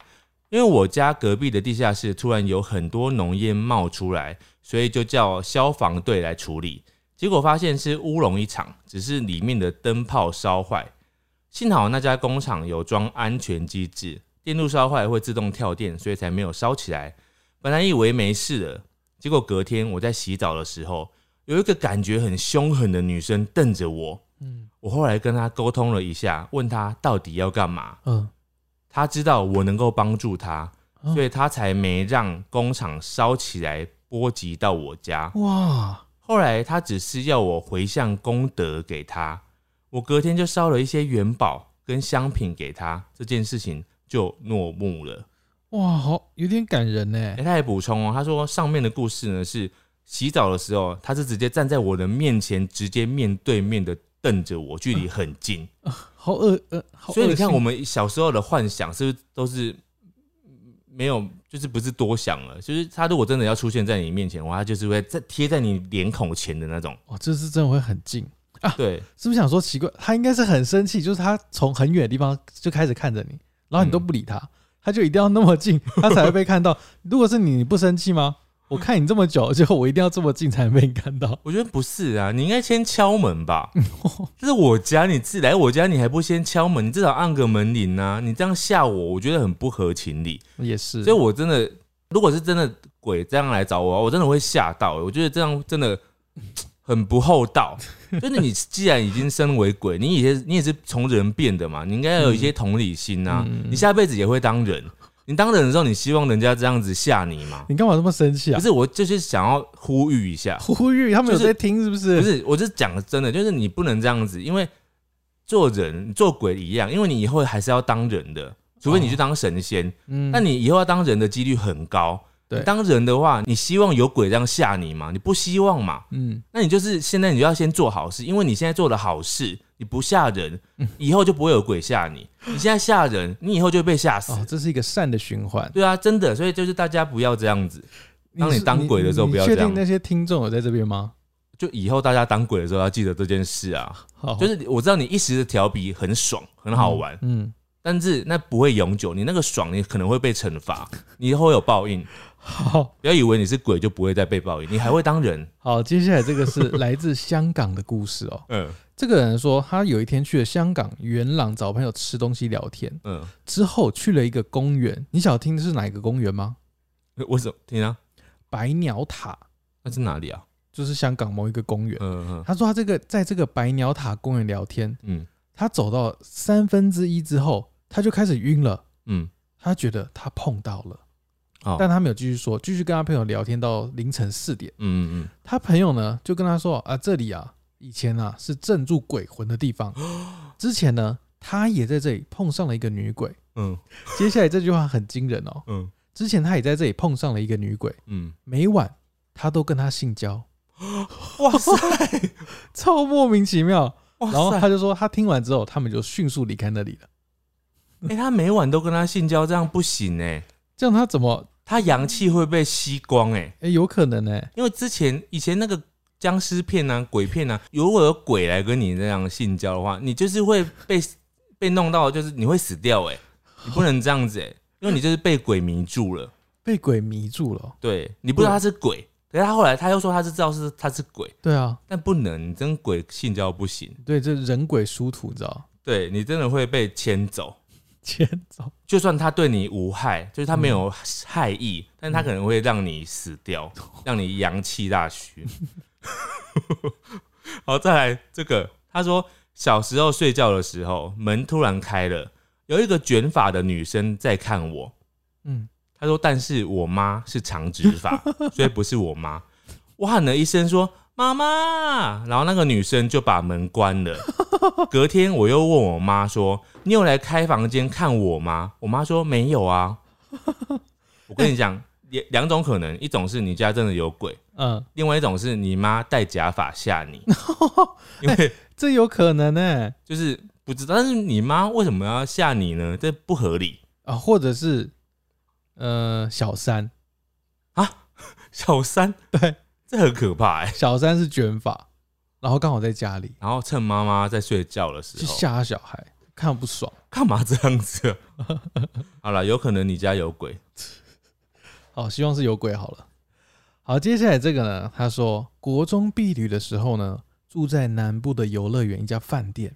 因为我家隔壁的地下室突然有很多浓烟冒出来，所以就叫消防队来处理。结果发现是乌龙一场，只是里面的灯泡烧坏。幸好那家工厂有装安全机制，电路烧坏会自动跳电，所以才没有烧起来。本来以为没事了，结果隔天我在洗澡的时候，有一个感觉很凶狠的女生瞪着我。
嗯
我后来跟她沟通了一下，问她到底要干嘛。
嗯，
她知道我能够帮助她，
嗯
所以她才没让工厂烧起来波及到我家。
哇，
后来他只是要我回向功德给他，我隔天就烧了一些元宝跟香品给他，这件事情就落幕了。
哇，好有点感人呢
哎、。他还补充哦，他说上面的故事呢是洗澡的时候，他是直接站在我的面前，直接面对面的瞪着我，距离很近。
好恶呃，嗯好
所以你
恶心
看，我们小时候的幻想是不是都是嗯没有，就是不是多想了？就是他如果真的要出现在你面前的话，他就是会在贴在你脸孔前的 那种。
哇，哦这是真的会很近，
对，
是不是想说奇怪？他应该是很生气，就是他从很远的地方就开始看着你，然后你都不理他，
嗯
他就一定要那么近， 他才会被看到。如果是你，你不生气吗？我看你这么 久，结果我一定要这么近才能被你看到。
我觉得不是啊，你应该先敲 门吧。这是我家，你自己来我家，你还不先敲门？你至少按个门铃啊！你这样吓我，我觉得很不合情理。
也是，
所以我真的，如果是真的鬼这样来找我，我真的会吓到、我觉得这样真的 很不厚道。就是你既然已经身为鬼，你也是你也是从人变的嘛，你应该要有一些同理心啊。
嗯
你下辈子也会当人，你当人的时候，你希望人家这样子吓你 吗？
你干嘛这么生气
不
啊？
是，我就是想要呼吁一下，
呼吁他们有
就
在
是
听是不是？
不是，我是讲真的，就是你不能这样子，因为做人做鬼一样，因为你以后还是要当人的，除
哦
非你去当神仙，
嗯，
那、你以后要当人的几率很高。
对
你当人的话，你希望有鬼这样吓你吗？你不希望嘛？
嗯
那你就是现在你就要先做好事，因为你现在做的好事你不吓人，
嗯
以后就不会有鬼吓你。你现在吓人，你以后就会被吓死。
哦，这是一个善的循环。
对啊，真的，所以就是大家不要这样子，当你
是
当鬼的时候
你
不要
确
这样
定那些听众有在这边吗？
就以后大家当鬼的时候要记得这件事啊。
好，
就是我知道你一时的调皮很爽，很好玩，
哦嗯，
但是那不会永久，你那个爽你可能会被惩罚，你以后会有报应。
好
不要以为你是鬼就不会再被报应，你还会当人。
好，接下来这个 是来自香港的故事哦。
嗯
这个人说，他有一天去了香港元朗找朋友吃东西聊天，
嗯，
之后去了一个公园。你想听的是哪一个公园吗？
为什么？天啊，
百鸟塔，
那是哪里啊？
就是香港某一个公园。
嗯嗯
他说他这个在这个百鸟塔公园聊天，
嗯
他走到三分之一之后，他就开始晕了。
嗯，
他觉得他碰到了，
哦好，
但他没有继续说，继续跟他朋友聊天到凌晨四点。
嗯嗯
他朋友呢就跟他说啊，这里啊以前啊是镇住鬼魂的地方，之前呢他也在这里碰上了一个女鬼。
嗯
接下来这句话很惊人哦，
嗯
之前他也在这里碰上了一个女鬼，
嗯
每晚他都跟她性交，
嗯，哇塞
超莫名其妙。
哇
然后
塞！
他就说他听完之后，他们就迅速离开那里了。
哎、他每晚都跟他性交，这样不行哎、
这样他怎么？
他阳气会被吸光哎、
哎、有可能呢、
因为之前以前那个僵尸片啊、鬼片啊，如果有鬼来跟你那样性交的话，你就是会被被弄到，就是你会死掉哎、你不能这样子哎、因为你就是被鬼迷住了。
被鬼迷住了哦。
对你不知道他是鬼，可是他后来他又说他是知道是他是鬼，
对啊，
但不能你跟鬼性交不行，
对，这人鬼殊途，你知道？
对你真的会被牵走。
牵走。
就算他对你无害，就是他没有害意，但他可能会让你死掉，让你阳气大虚。 好，再来这个，他说小时候睡觉的时候，门突然开了，有一个卷发的女生在看我。
嗯，
他说，但是我妈是长直发，所以不是我妈。我喊了一声说妈妈，然后那个女生就把门关了。隔天我又问我妈说：“你有来开房间看我吗？”我妈说：“没有啊。”我跟你讲，两两种可能，一种是你家真的有鬼，
嗯，
另外一种是你妈戴假发吓你，因为
这有可能呢、
就是不知道。但是你妈为什么要吓你呢？这不合理。
啊，或者是呃，小三，
小三，
对，
这很可怕哎、
小三是卷发，然后刚好在家里
然后趁妈妈在睡觉的时
去
候，
吓小孩，看不爽。
干嘛这样子、啊？ 好了，有可能你家有鬼。
好，希望是有鬼好了。好，接下来这个呢，他说国中避旅的时候呢，住在南部的游乐园一家饭店。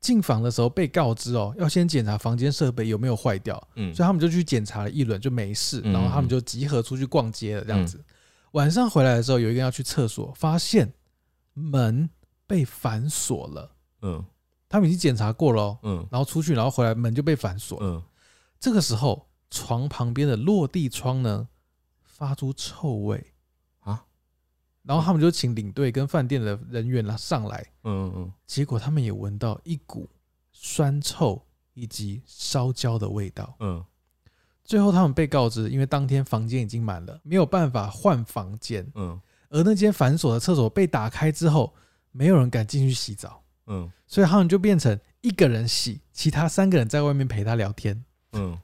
进房的时候被告知哦，要先检查房间设备有没有坏掉，
嗯
所以他们就去检查了一轮就没事，
嗯
然后他们就集合出去逛街了这样子。晚上回来的时候，有一个人要去厕所，发现门被反锁了，
嗯
他们已经检查过了、哦，
嗯
然后出去，然后回来门就被反锁了。
嗯，
这个时候，床旁边的落地窗呢发出臭味
啊，
然后他们就请领队跟饭店的人员啦上来，
嗯嗯
结果他们也闻到一股酸臭以及烧焦的味道。
嗯
最后他们被告知，因为当天房间已经满了，没有办法换房间，
嗯
而那间反锁的厕所被打开之后，没有人敢进去洗澡，
嗯
所以他们就变成一个人洗，其他三个人在外面陪他聊天。
嗯，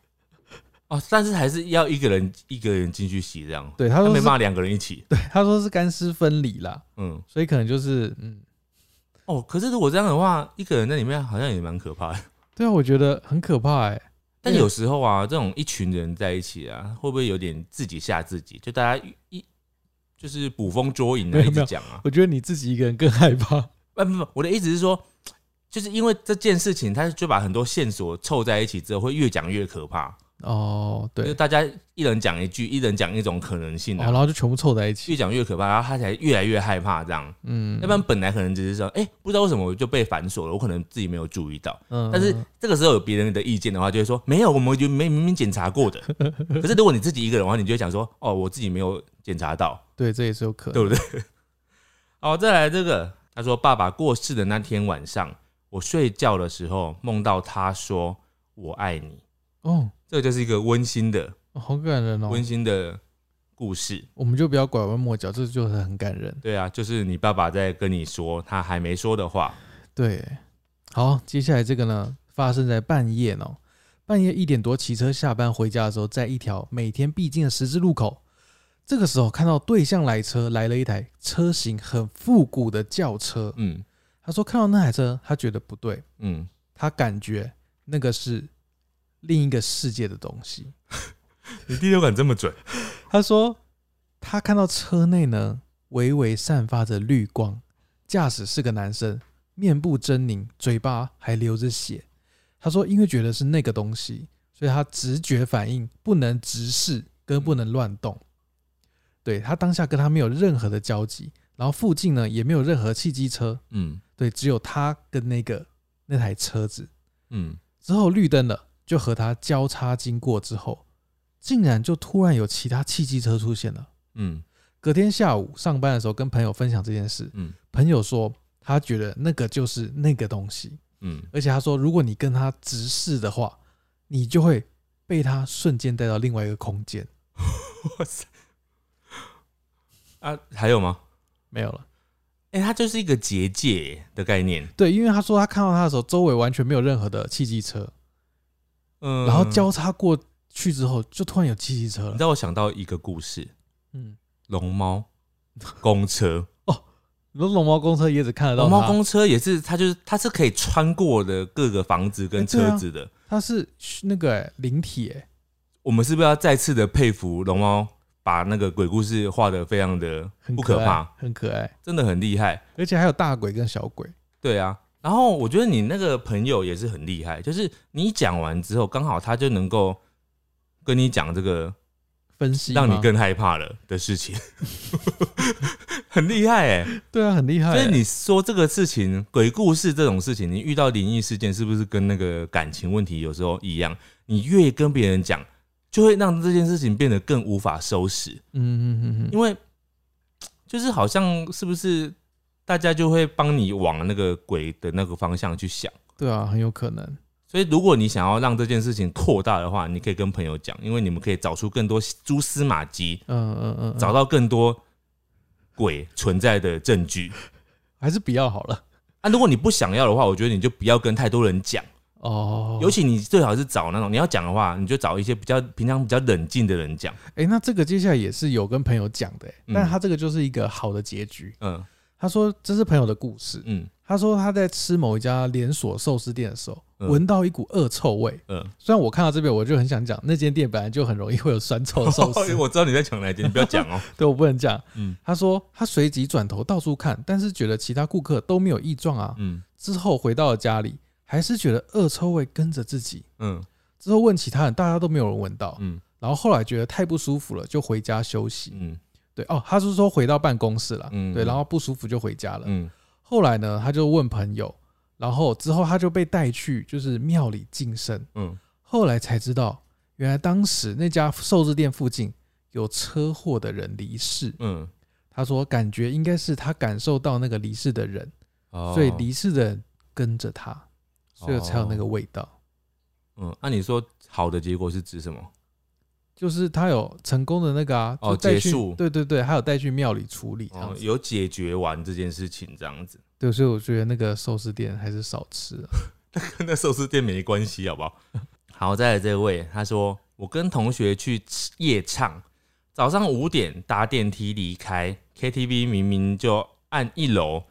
哦，但是还是要一个人一个人进去洗这样，
对，他
他
说
没
是
办法两个人一起。
对，他说是干湿分离啦，
嗯，
所以可能就是嗯，
哦，可是如果这样的话，一个人在里面好像也蛮可怕的。
对啊，我觉得很可怕哎、
但有时候啊，这种一群人在一起啊，会不会有点自己吓自己？就大家一一就是捕风捉影
没有
的一
没
直
有
讲啊。
我觉得你自己一个人更害怕。
呃不不不，我的意思是说，就是因为这件事情，他就把很多线索凑在一起之后，会越讲越可怕。
哦，
就
对，
大家一人讲一句，一人讲一种可能性
哦，
啊，
然后就全部凑在一起
越，讲越可怕，然后他才越来越害怕这样。
嗯，
要不然本来可能只是说，哎、不知道为什么我就被反锁了，我可能自己没有注意到。
嗯，
但是这个时候有别人的意见的话，就会说没有，我们就没明明检查过的。可是如果你自己一个人的话，你就会想说，哦，我自己没有检查到，
对，这也是有可能
对。不对？好，哦再来这个，他说爸爸过世的那天晚上，我睡觉的时候梦到他说我爱你，
哦，
这个就是一个温馨的
好感人哦。
温馨的故事。
我们就不要拐弯抹角，这就是很感人。
对啊，就是你爸爸在跟你说他还没说的话。
对，好，接下来这个呢，发生在半夜呢，半夜一点多骑车下班回家的时候，在一条每天必经的十字路口，这个时候看到对向来车来了一台车型很复古的轿车，
嗯
他说看到那台车，他觉得不对，
嗯，
他感觉那个是另一个世界的东西。
你第六感这么准，
他说他看到车内呢微微散发着绿光，驾驶是个男生，面部狰狞，嘴巴还流着血。他说因为觉得是那个东西，所以他直觉反应不能直视，跟不能乱动。对他当下跟他没有任何的交集，然后附近呢也没有任何汽机车，
嗯
对，只有他跟那个那台车子。
嗯，
之后绿灯了，就和他交叉经过之后，竟然就突然有其他汽机车出现了。
嗯
隔天下午上班的时候，跟朋友分享这件事，
嗯
朋友说他觉得那个就是那个东西，
嗯
而且他说如果你跟他直视的话，你就会被他瞬间带到另外一个空间。
哇塞！啊，还有吗？
没有了，
哎、它就是一个结界的概念，
对，因为他说他看到他的时候，周围完全没有任何的汽机车，
嗯，
然后交叉过去之后，就突然有汽机车
你
了
知。道我想到一个故事，
嗯，
龙猫公车，
你说龙猫公车也只看得到
龙猫
它，
公车也是，它就是它是可以穿过的各个房子跟车子的。
它是那个欸灵体欸
我们是不是要再次的佩服龙猫，把那个鬼故事画的非常的
很
不可
爱
怕，，
很可爱，
真的很厉害。
而且还有大鬼跟小鬼。
对啊，然后我觉得你那个朋友也是很厉害，就是你讲完之后，刚好他就能够跟你讲这个
分析
让你
吗
更害怕了的事情， 很厉害哎、
对啊，很厉害欸。
所以你说这个事情，鬼故事这种事情，你遇到灵异事件，是不是跟那个感情问题有时候一样？你越跟别人讲，就会让这件事情变得更无法收拾，
嗯嗯嗯嗯
因为就是好像是不是大家就会帮你往那个鬼的那个方向去想。
对啊，很有可能。
所以，如果你想要让这件事情扩大的话，你可以跟朋友讲，因为你们可以找出更多蛛丝马迹，
嗯嗯嗯，
找
到
到更多鬼存在的证据。
还是比较好了。
啊，如果你不想要的话，我觉得你就不要跟太多人讲，
哦，
尤其你最好是找那种你要讲的话，你就找一些比较平常比较冷静的人讲。
哎、那这个接下来也是有跟朋友讲的、欸，
嗯
但他这个就是一个好的结局。
嗯
他说这是朋友的故事。
嗯
他说他在吃某一家连锁寿司店的时候，
嗯
闻到一股恶臭味。
嗯，
虽然我看到这边，我就很想讲，那间店本来就很容易会有酸臭 的寿司，
我知道你在讲哪一件，你不要讲哦。
对我不能讲。
嗯
他说他随即转头到处看，但是觉得其他顾客都没有异状啊。
嗯
之后回到了家里，还是觉得恶臭味跟着自己。
嗯
之后问其他人，大家都没有人闻到。
嗯
然后后来觉得太不舒服了，就回家休息。
嗯
对哦，他是说回到办公室了，
嗯
对，然后不舒服就回家了。
嗯
后来呢，他就问朋友，然后之后他就被带去就是庙里净身。
嗯，
后来才知道，原来当时那家寿司店附近有车祸的人离世。
嗯，
他说感觉应该是他感受到那个离世的人，
哦
所以离世的人跟着他，所以才有那个味
哦
道。
嗯，按你说好的结果是指什么？
就是他有成功的那个啊，
哦
就带
结
去
束
对对对，还有带去庙里处理这样
哦，
子。
有解决完这件事情这样子，
对，所以我觉得那个寿司店还是少吃啊、
跟 那寿司店没关系，好不好？ 好，再来这位，他说我跟同学去吃夜唱，早上五点搭电梯离开 KTV，明明就按一楼，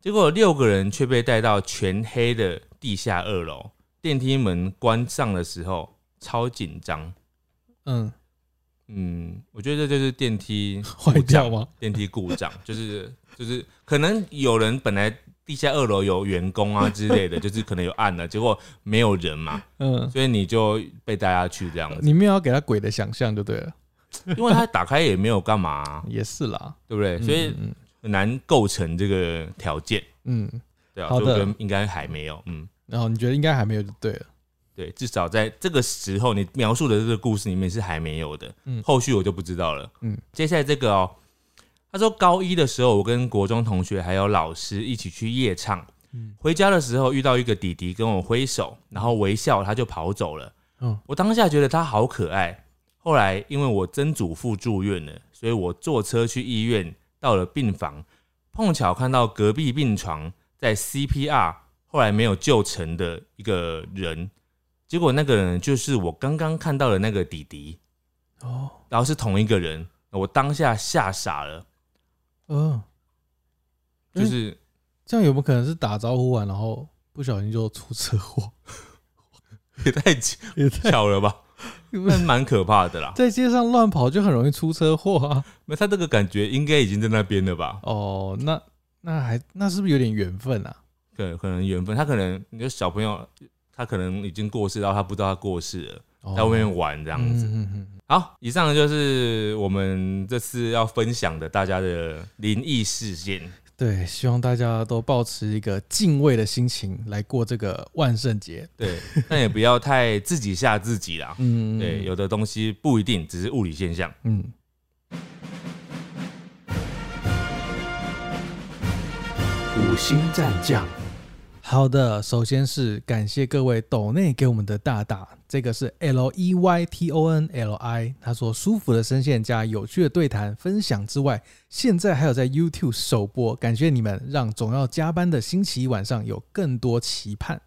结果六个人却被带到全黑的地下二楼，电梯门关上的时候超紧张。
嗯，
嗯，我觉得这就是电梯
坏
故障
掉嗯吗？
电梯故障，就是就是可能有人本来地下二楼有员工啊之类的，就是可能有按了，结果没有人嘛，
嗯，
所以你就被带下去这样 子，
你们要给他鬼的想象就对了，
因为他打开也没有干嘛啊、
也是啦。
对不对？所以
嗯
很难构成这个条件，
嗯，嗯
对啊，
好
所
的
以我觉得应该还没有，嗯。
然后你觉得应该还没有就对了。
对，至少在这个时候，你描述的这个故事里面是还没有的。
嗯
后续我就不知道了。
嗯
嗯，接下来这个哦，他说高一的时候，我跟国中同学还有老师一起去夜唱。
嗯
回家的时候遇到一个弟弟跟我挥手，然后微笑，他就跑走了。
嗯
我当下觉得他好可爱。后来因为我曾祖父住院了，所以我坐车去医院，到了病房，碰巧看到隔壁病床在 CPR 后来没有救成的一个人，结果那个人就是我刚刚看到的那个弟弟，
哦，
然后是同一个人，我当下吓傻了，
嗯，嗯
就是
这样有没有可能是打招呼完，然后不小心就出车祸？
也太巧
也太
巧了吧，但蛮可怕的啦。
在街上乱跑就很容易出车祸啊！
那他这个感觉应该已经在那边了吧？
哦，那那还那是不是有点缘分啊？
对，可能缘分，他可能你的小朋友，他可能已经过世，然后他不知道他过世了，
哦嗯
在外面玩这
这
样子。好，以上就是我们这次要分享的大家的灵异事件。
对，希望大家都保持一个敬畏的心情来过这个万圣节。
对，但也不要太自己吓自己啦。
嗯，
对，有的东西不一定只是物理现象。
嗯，
五星战将，
好的，首先是感谢各位抖内给我们的大大，这个是 L E Y T O N L I，他说舒服的声线加有趣的对谈分享之外，现在还有在 YouTube 首播，感谢你们，让总要加班的星期一晚上有更多期盼。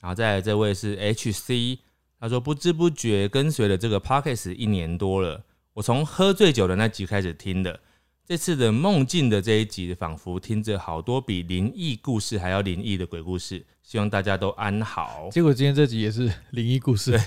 然后再来这位是 H C，他说不知不觉跟随了这个 Pockets 一年多了，我从喝醉酒的那集开始听的。这次的梦境的这一集，仿佛听着好多比灵异故事还要灵异的鬼故事。希望大家都安好。
结果今天这集也是 灵异故事。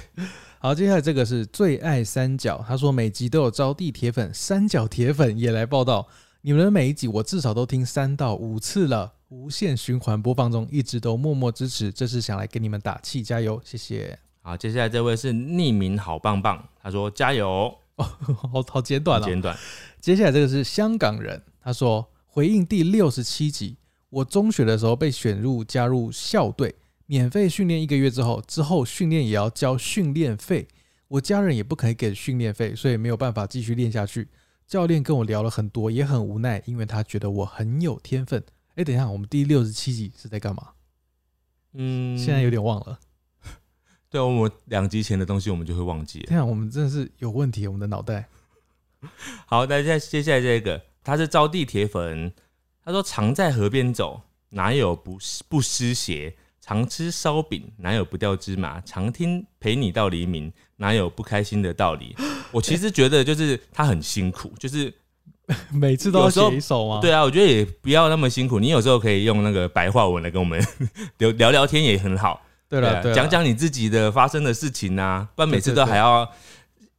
好，接下来这个是最爱三角，他说每集都有招娣铁粉，三角铁粉也来报道。你们的每一集我至少都听三到五次了，无限循环播放中，一直都默默支持。这是想来给你们打气，加油，谢谢。
好，接下来这位是匿名好棒棒，他说加油，
好好简短啊了、
简短。
接下来这个是香港人，他说回应第六十七集，我中学的时候被选入加入校队，免费训练一个月之后，之后训练也要交训练费，我家人也不可以给训练费，所以没有办法继续练下去。教练跟我聊了很多，也很无奈，因为他觉得我很有天分。哎，等一下，我们第六十七集是在干嘛？
嗯，
现在有点忘了。
对我们两集前的东西，我们就会忘记了。
天啊，我们真的是有问题，我们的脑 袋。
好，那接接下来这个，他是招地铁粉，他说常在河边走，哪有不湿不湿鞋？常吃烧饼，哪有不掉芝麻？常听陪你到黎明，哪有不开心的道理？我其实觉得就是他很辛苦，就是
每次都要
有时候
写一首吗？
对啊，我觉得也不要那么辛苦。你有时候可以用那个白话文来跟我们 聊聊聊天也很好，
对
对
了，
啊
对了
讲讲你自己的发生的事情啊，不然每次
对对
都
对
还要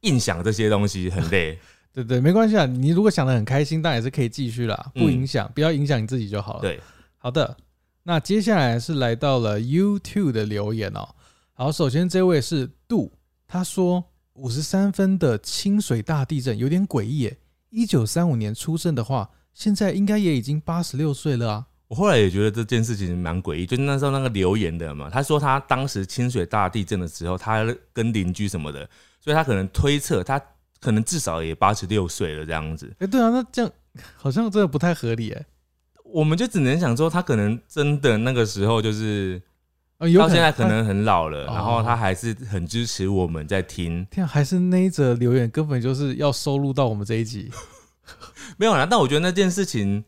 硬想这些东西，很 累。
对对，没关系啊。你如果想的很开心，当然也是可以继续啦，
嗯
不影响，不要影响你自己就好了。，
对，
好的。那接下来是来到了 YouTube 的留言哦。好，首先这位是杜，他说五十三分的清水大地震有点诡异耶。一九三五年出生的话，现在应该也已经八十六岁了啊。
我后来也觉得这件事情蛮诡异，就是那时候那个留言的嘛，他说他当时清水大地震的时候，他跟邻居什么的，所以他可能推测他可能至少也八十六岁了这样子，
哎，对啊，那这样好像真的不太合理哎。
我们就只能想说他可能真的那个时候就是
啊，有
到现在可
他
能很老了，
哦
然后他还是很支持我们在听，
天、啊，还是那一则留言根本就是要收录到我们这一集。
没有啦。但我觉得那件事情，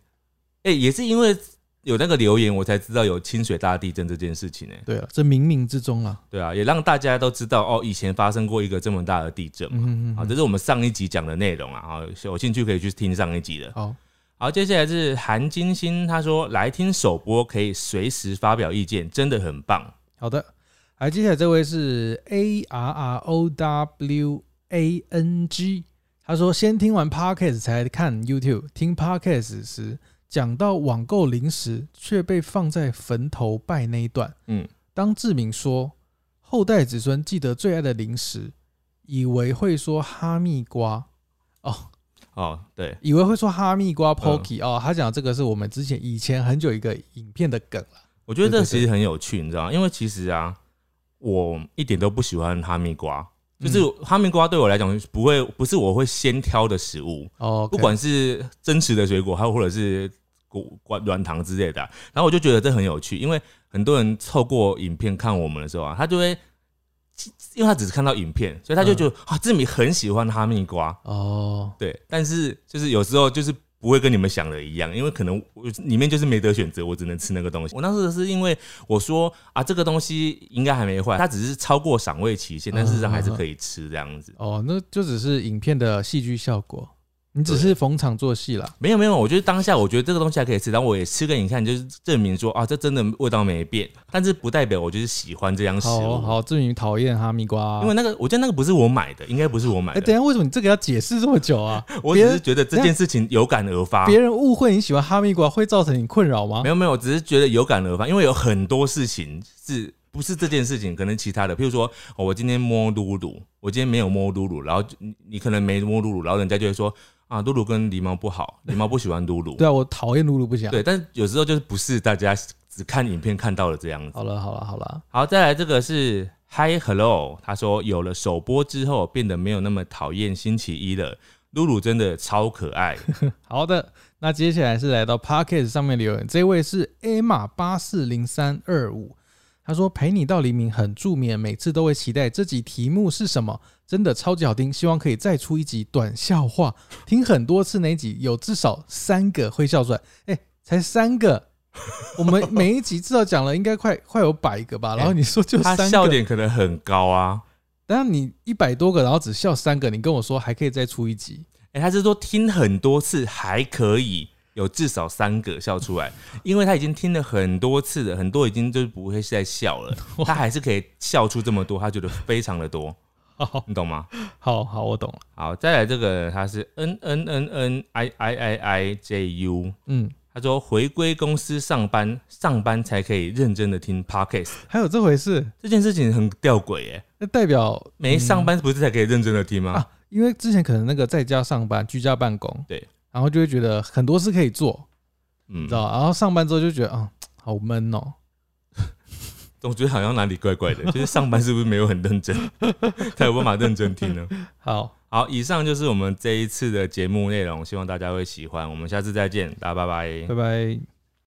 哎、也是因为有那个留言，我才知道有清水大地震这件事情呢、
对了，啊这冥冥之中啊。
对啊，也让大家都知道哦，以前发生过一个这么大的地震嘛。
嗯嗯嗯，
好，这是我们上一集讲的内容啊，好，有兴趣可以去听上一集的。
好，
好，接下来是韩金星，他说来听首播可以随时发表意见，真的很棒。
好的，来，接下来这位是 A R R O W A N G，他说先听完 Podcast 才看 YouTube，听 Podcast 时讲到网购零食却被放在坟头拜那一段，
嗯，
当志明说后代子孙记得最爱的零食，以为会说哈密瓜。哦，
哦，对，
以为会说哈密瓜 Pocky、哦，
嗯
他讲这个是我们之前以前很久一个影片的梗了。
我觉得这
对对
个
对
其实很有趣，你知道吗？因为其实啊，我一点都不喜欢哈密瓜，就是
嗯
哈密瓜对我来讲不会不是我会先挑的食物，
哦，
不管是真实的水果，还有或者是果果软糖之类的啊、然后我就觉得这很有趣，因为很多人透过影片看我们的时候啊，他就会，因为他只是看到影片，所以他就觉得、啊，志明很喜欢哈密瓜，
哦，
对，但是就是有时候就是不会跟你们想的一样，因为可能我里面就是没得选择，我只能吃那个东西。我当时是因为我说啊，这个东西应该还没坏，它只是超过赏味期限，但事实上还是可以吃这样子。
哦，那就只是影片的戏剧效果，你只是逢场作戏啦。
没有没有，我觉得当下我觉得这个东西还可以吃，然后我也吃给你看，就是证明说啊，这真的味道没变，但是不代表我就是喜欢这样食
好
物。
好，志明讨厌哈密瓜，
因为那个，我觉得那个不是我买的，应该不是我买
哎、等
的，
一下为什么你这个要解释这么久啊？
我
别
只
人
是觉得这件事情有感而发。
别人误会你喜欢哈密瓜会造成你困扰吗
啊没？有没有，我只是觉得有感而发，因为有很多事情是不是这件事情，可能其他的，譬如说、哦我今天摸露露，我今天没有摸露露，然后就你你可能没摸露露，然后人家就会说啊，露露跟狸猫不好，狸猫不喜欢露露。
对啊，我讨厌露露不想。
对，但是有时候就是不是大家只看影片看到的这样子。
好了好了好了，
好，再来这个是 Hi Hello，他说有了首播之后变得没有那么讨厌星期一了，露露真的超可爱。
好的，那接下来是来到 p o c k e t 上面留言，这位是 Emma 八四零三二五，他说陪你到黎明很助眠，每次都会期待这集题目是什么，真的超级好听，希望可以再出一集短笑话，听很多次那一集有至少三个会笑出来，哎、才三个。我们每一集至少讲了应该快快有百个 吧，然后你说就
他
三个，
笑点可能很高啊。
但是你一百多个，然后只笑三个，你跟我说还可以再出一集，
哎、他是说听很多次还可以，有至少三个笑出来，因为他已经听了很多次了，很多已经就是不会再 笑了，他还是可以笑出这么多，他觉得非常的多，
哦好
你懂吗？
好好，我懂了。
好，再来这个他是 n n n n i i i i j u，
嗯，
他说回归公司上班，上班才可以认真的听 podcast，
还有这回事，
这件事情很吊诡哎、
那代表
没上班不是才可以认真的听吗？
啊，因为之前可能那个在家上班、居家办公，
对，
然后就会觉得很多事可以做，
嗯
你啊知，道吧，然后上班之后就觉得啊、好闷哦。
总觉得好像哪里怪怪 的，就是上班是不是没有很认真， 才有办法认真听呢？
好，
好，以上就是我们这一次的节目内容，希望大家会喜欢。我们下次再见，大家拜拜
拜拜。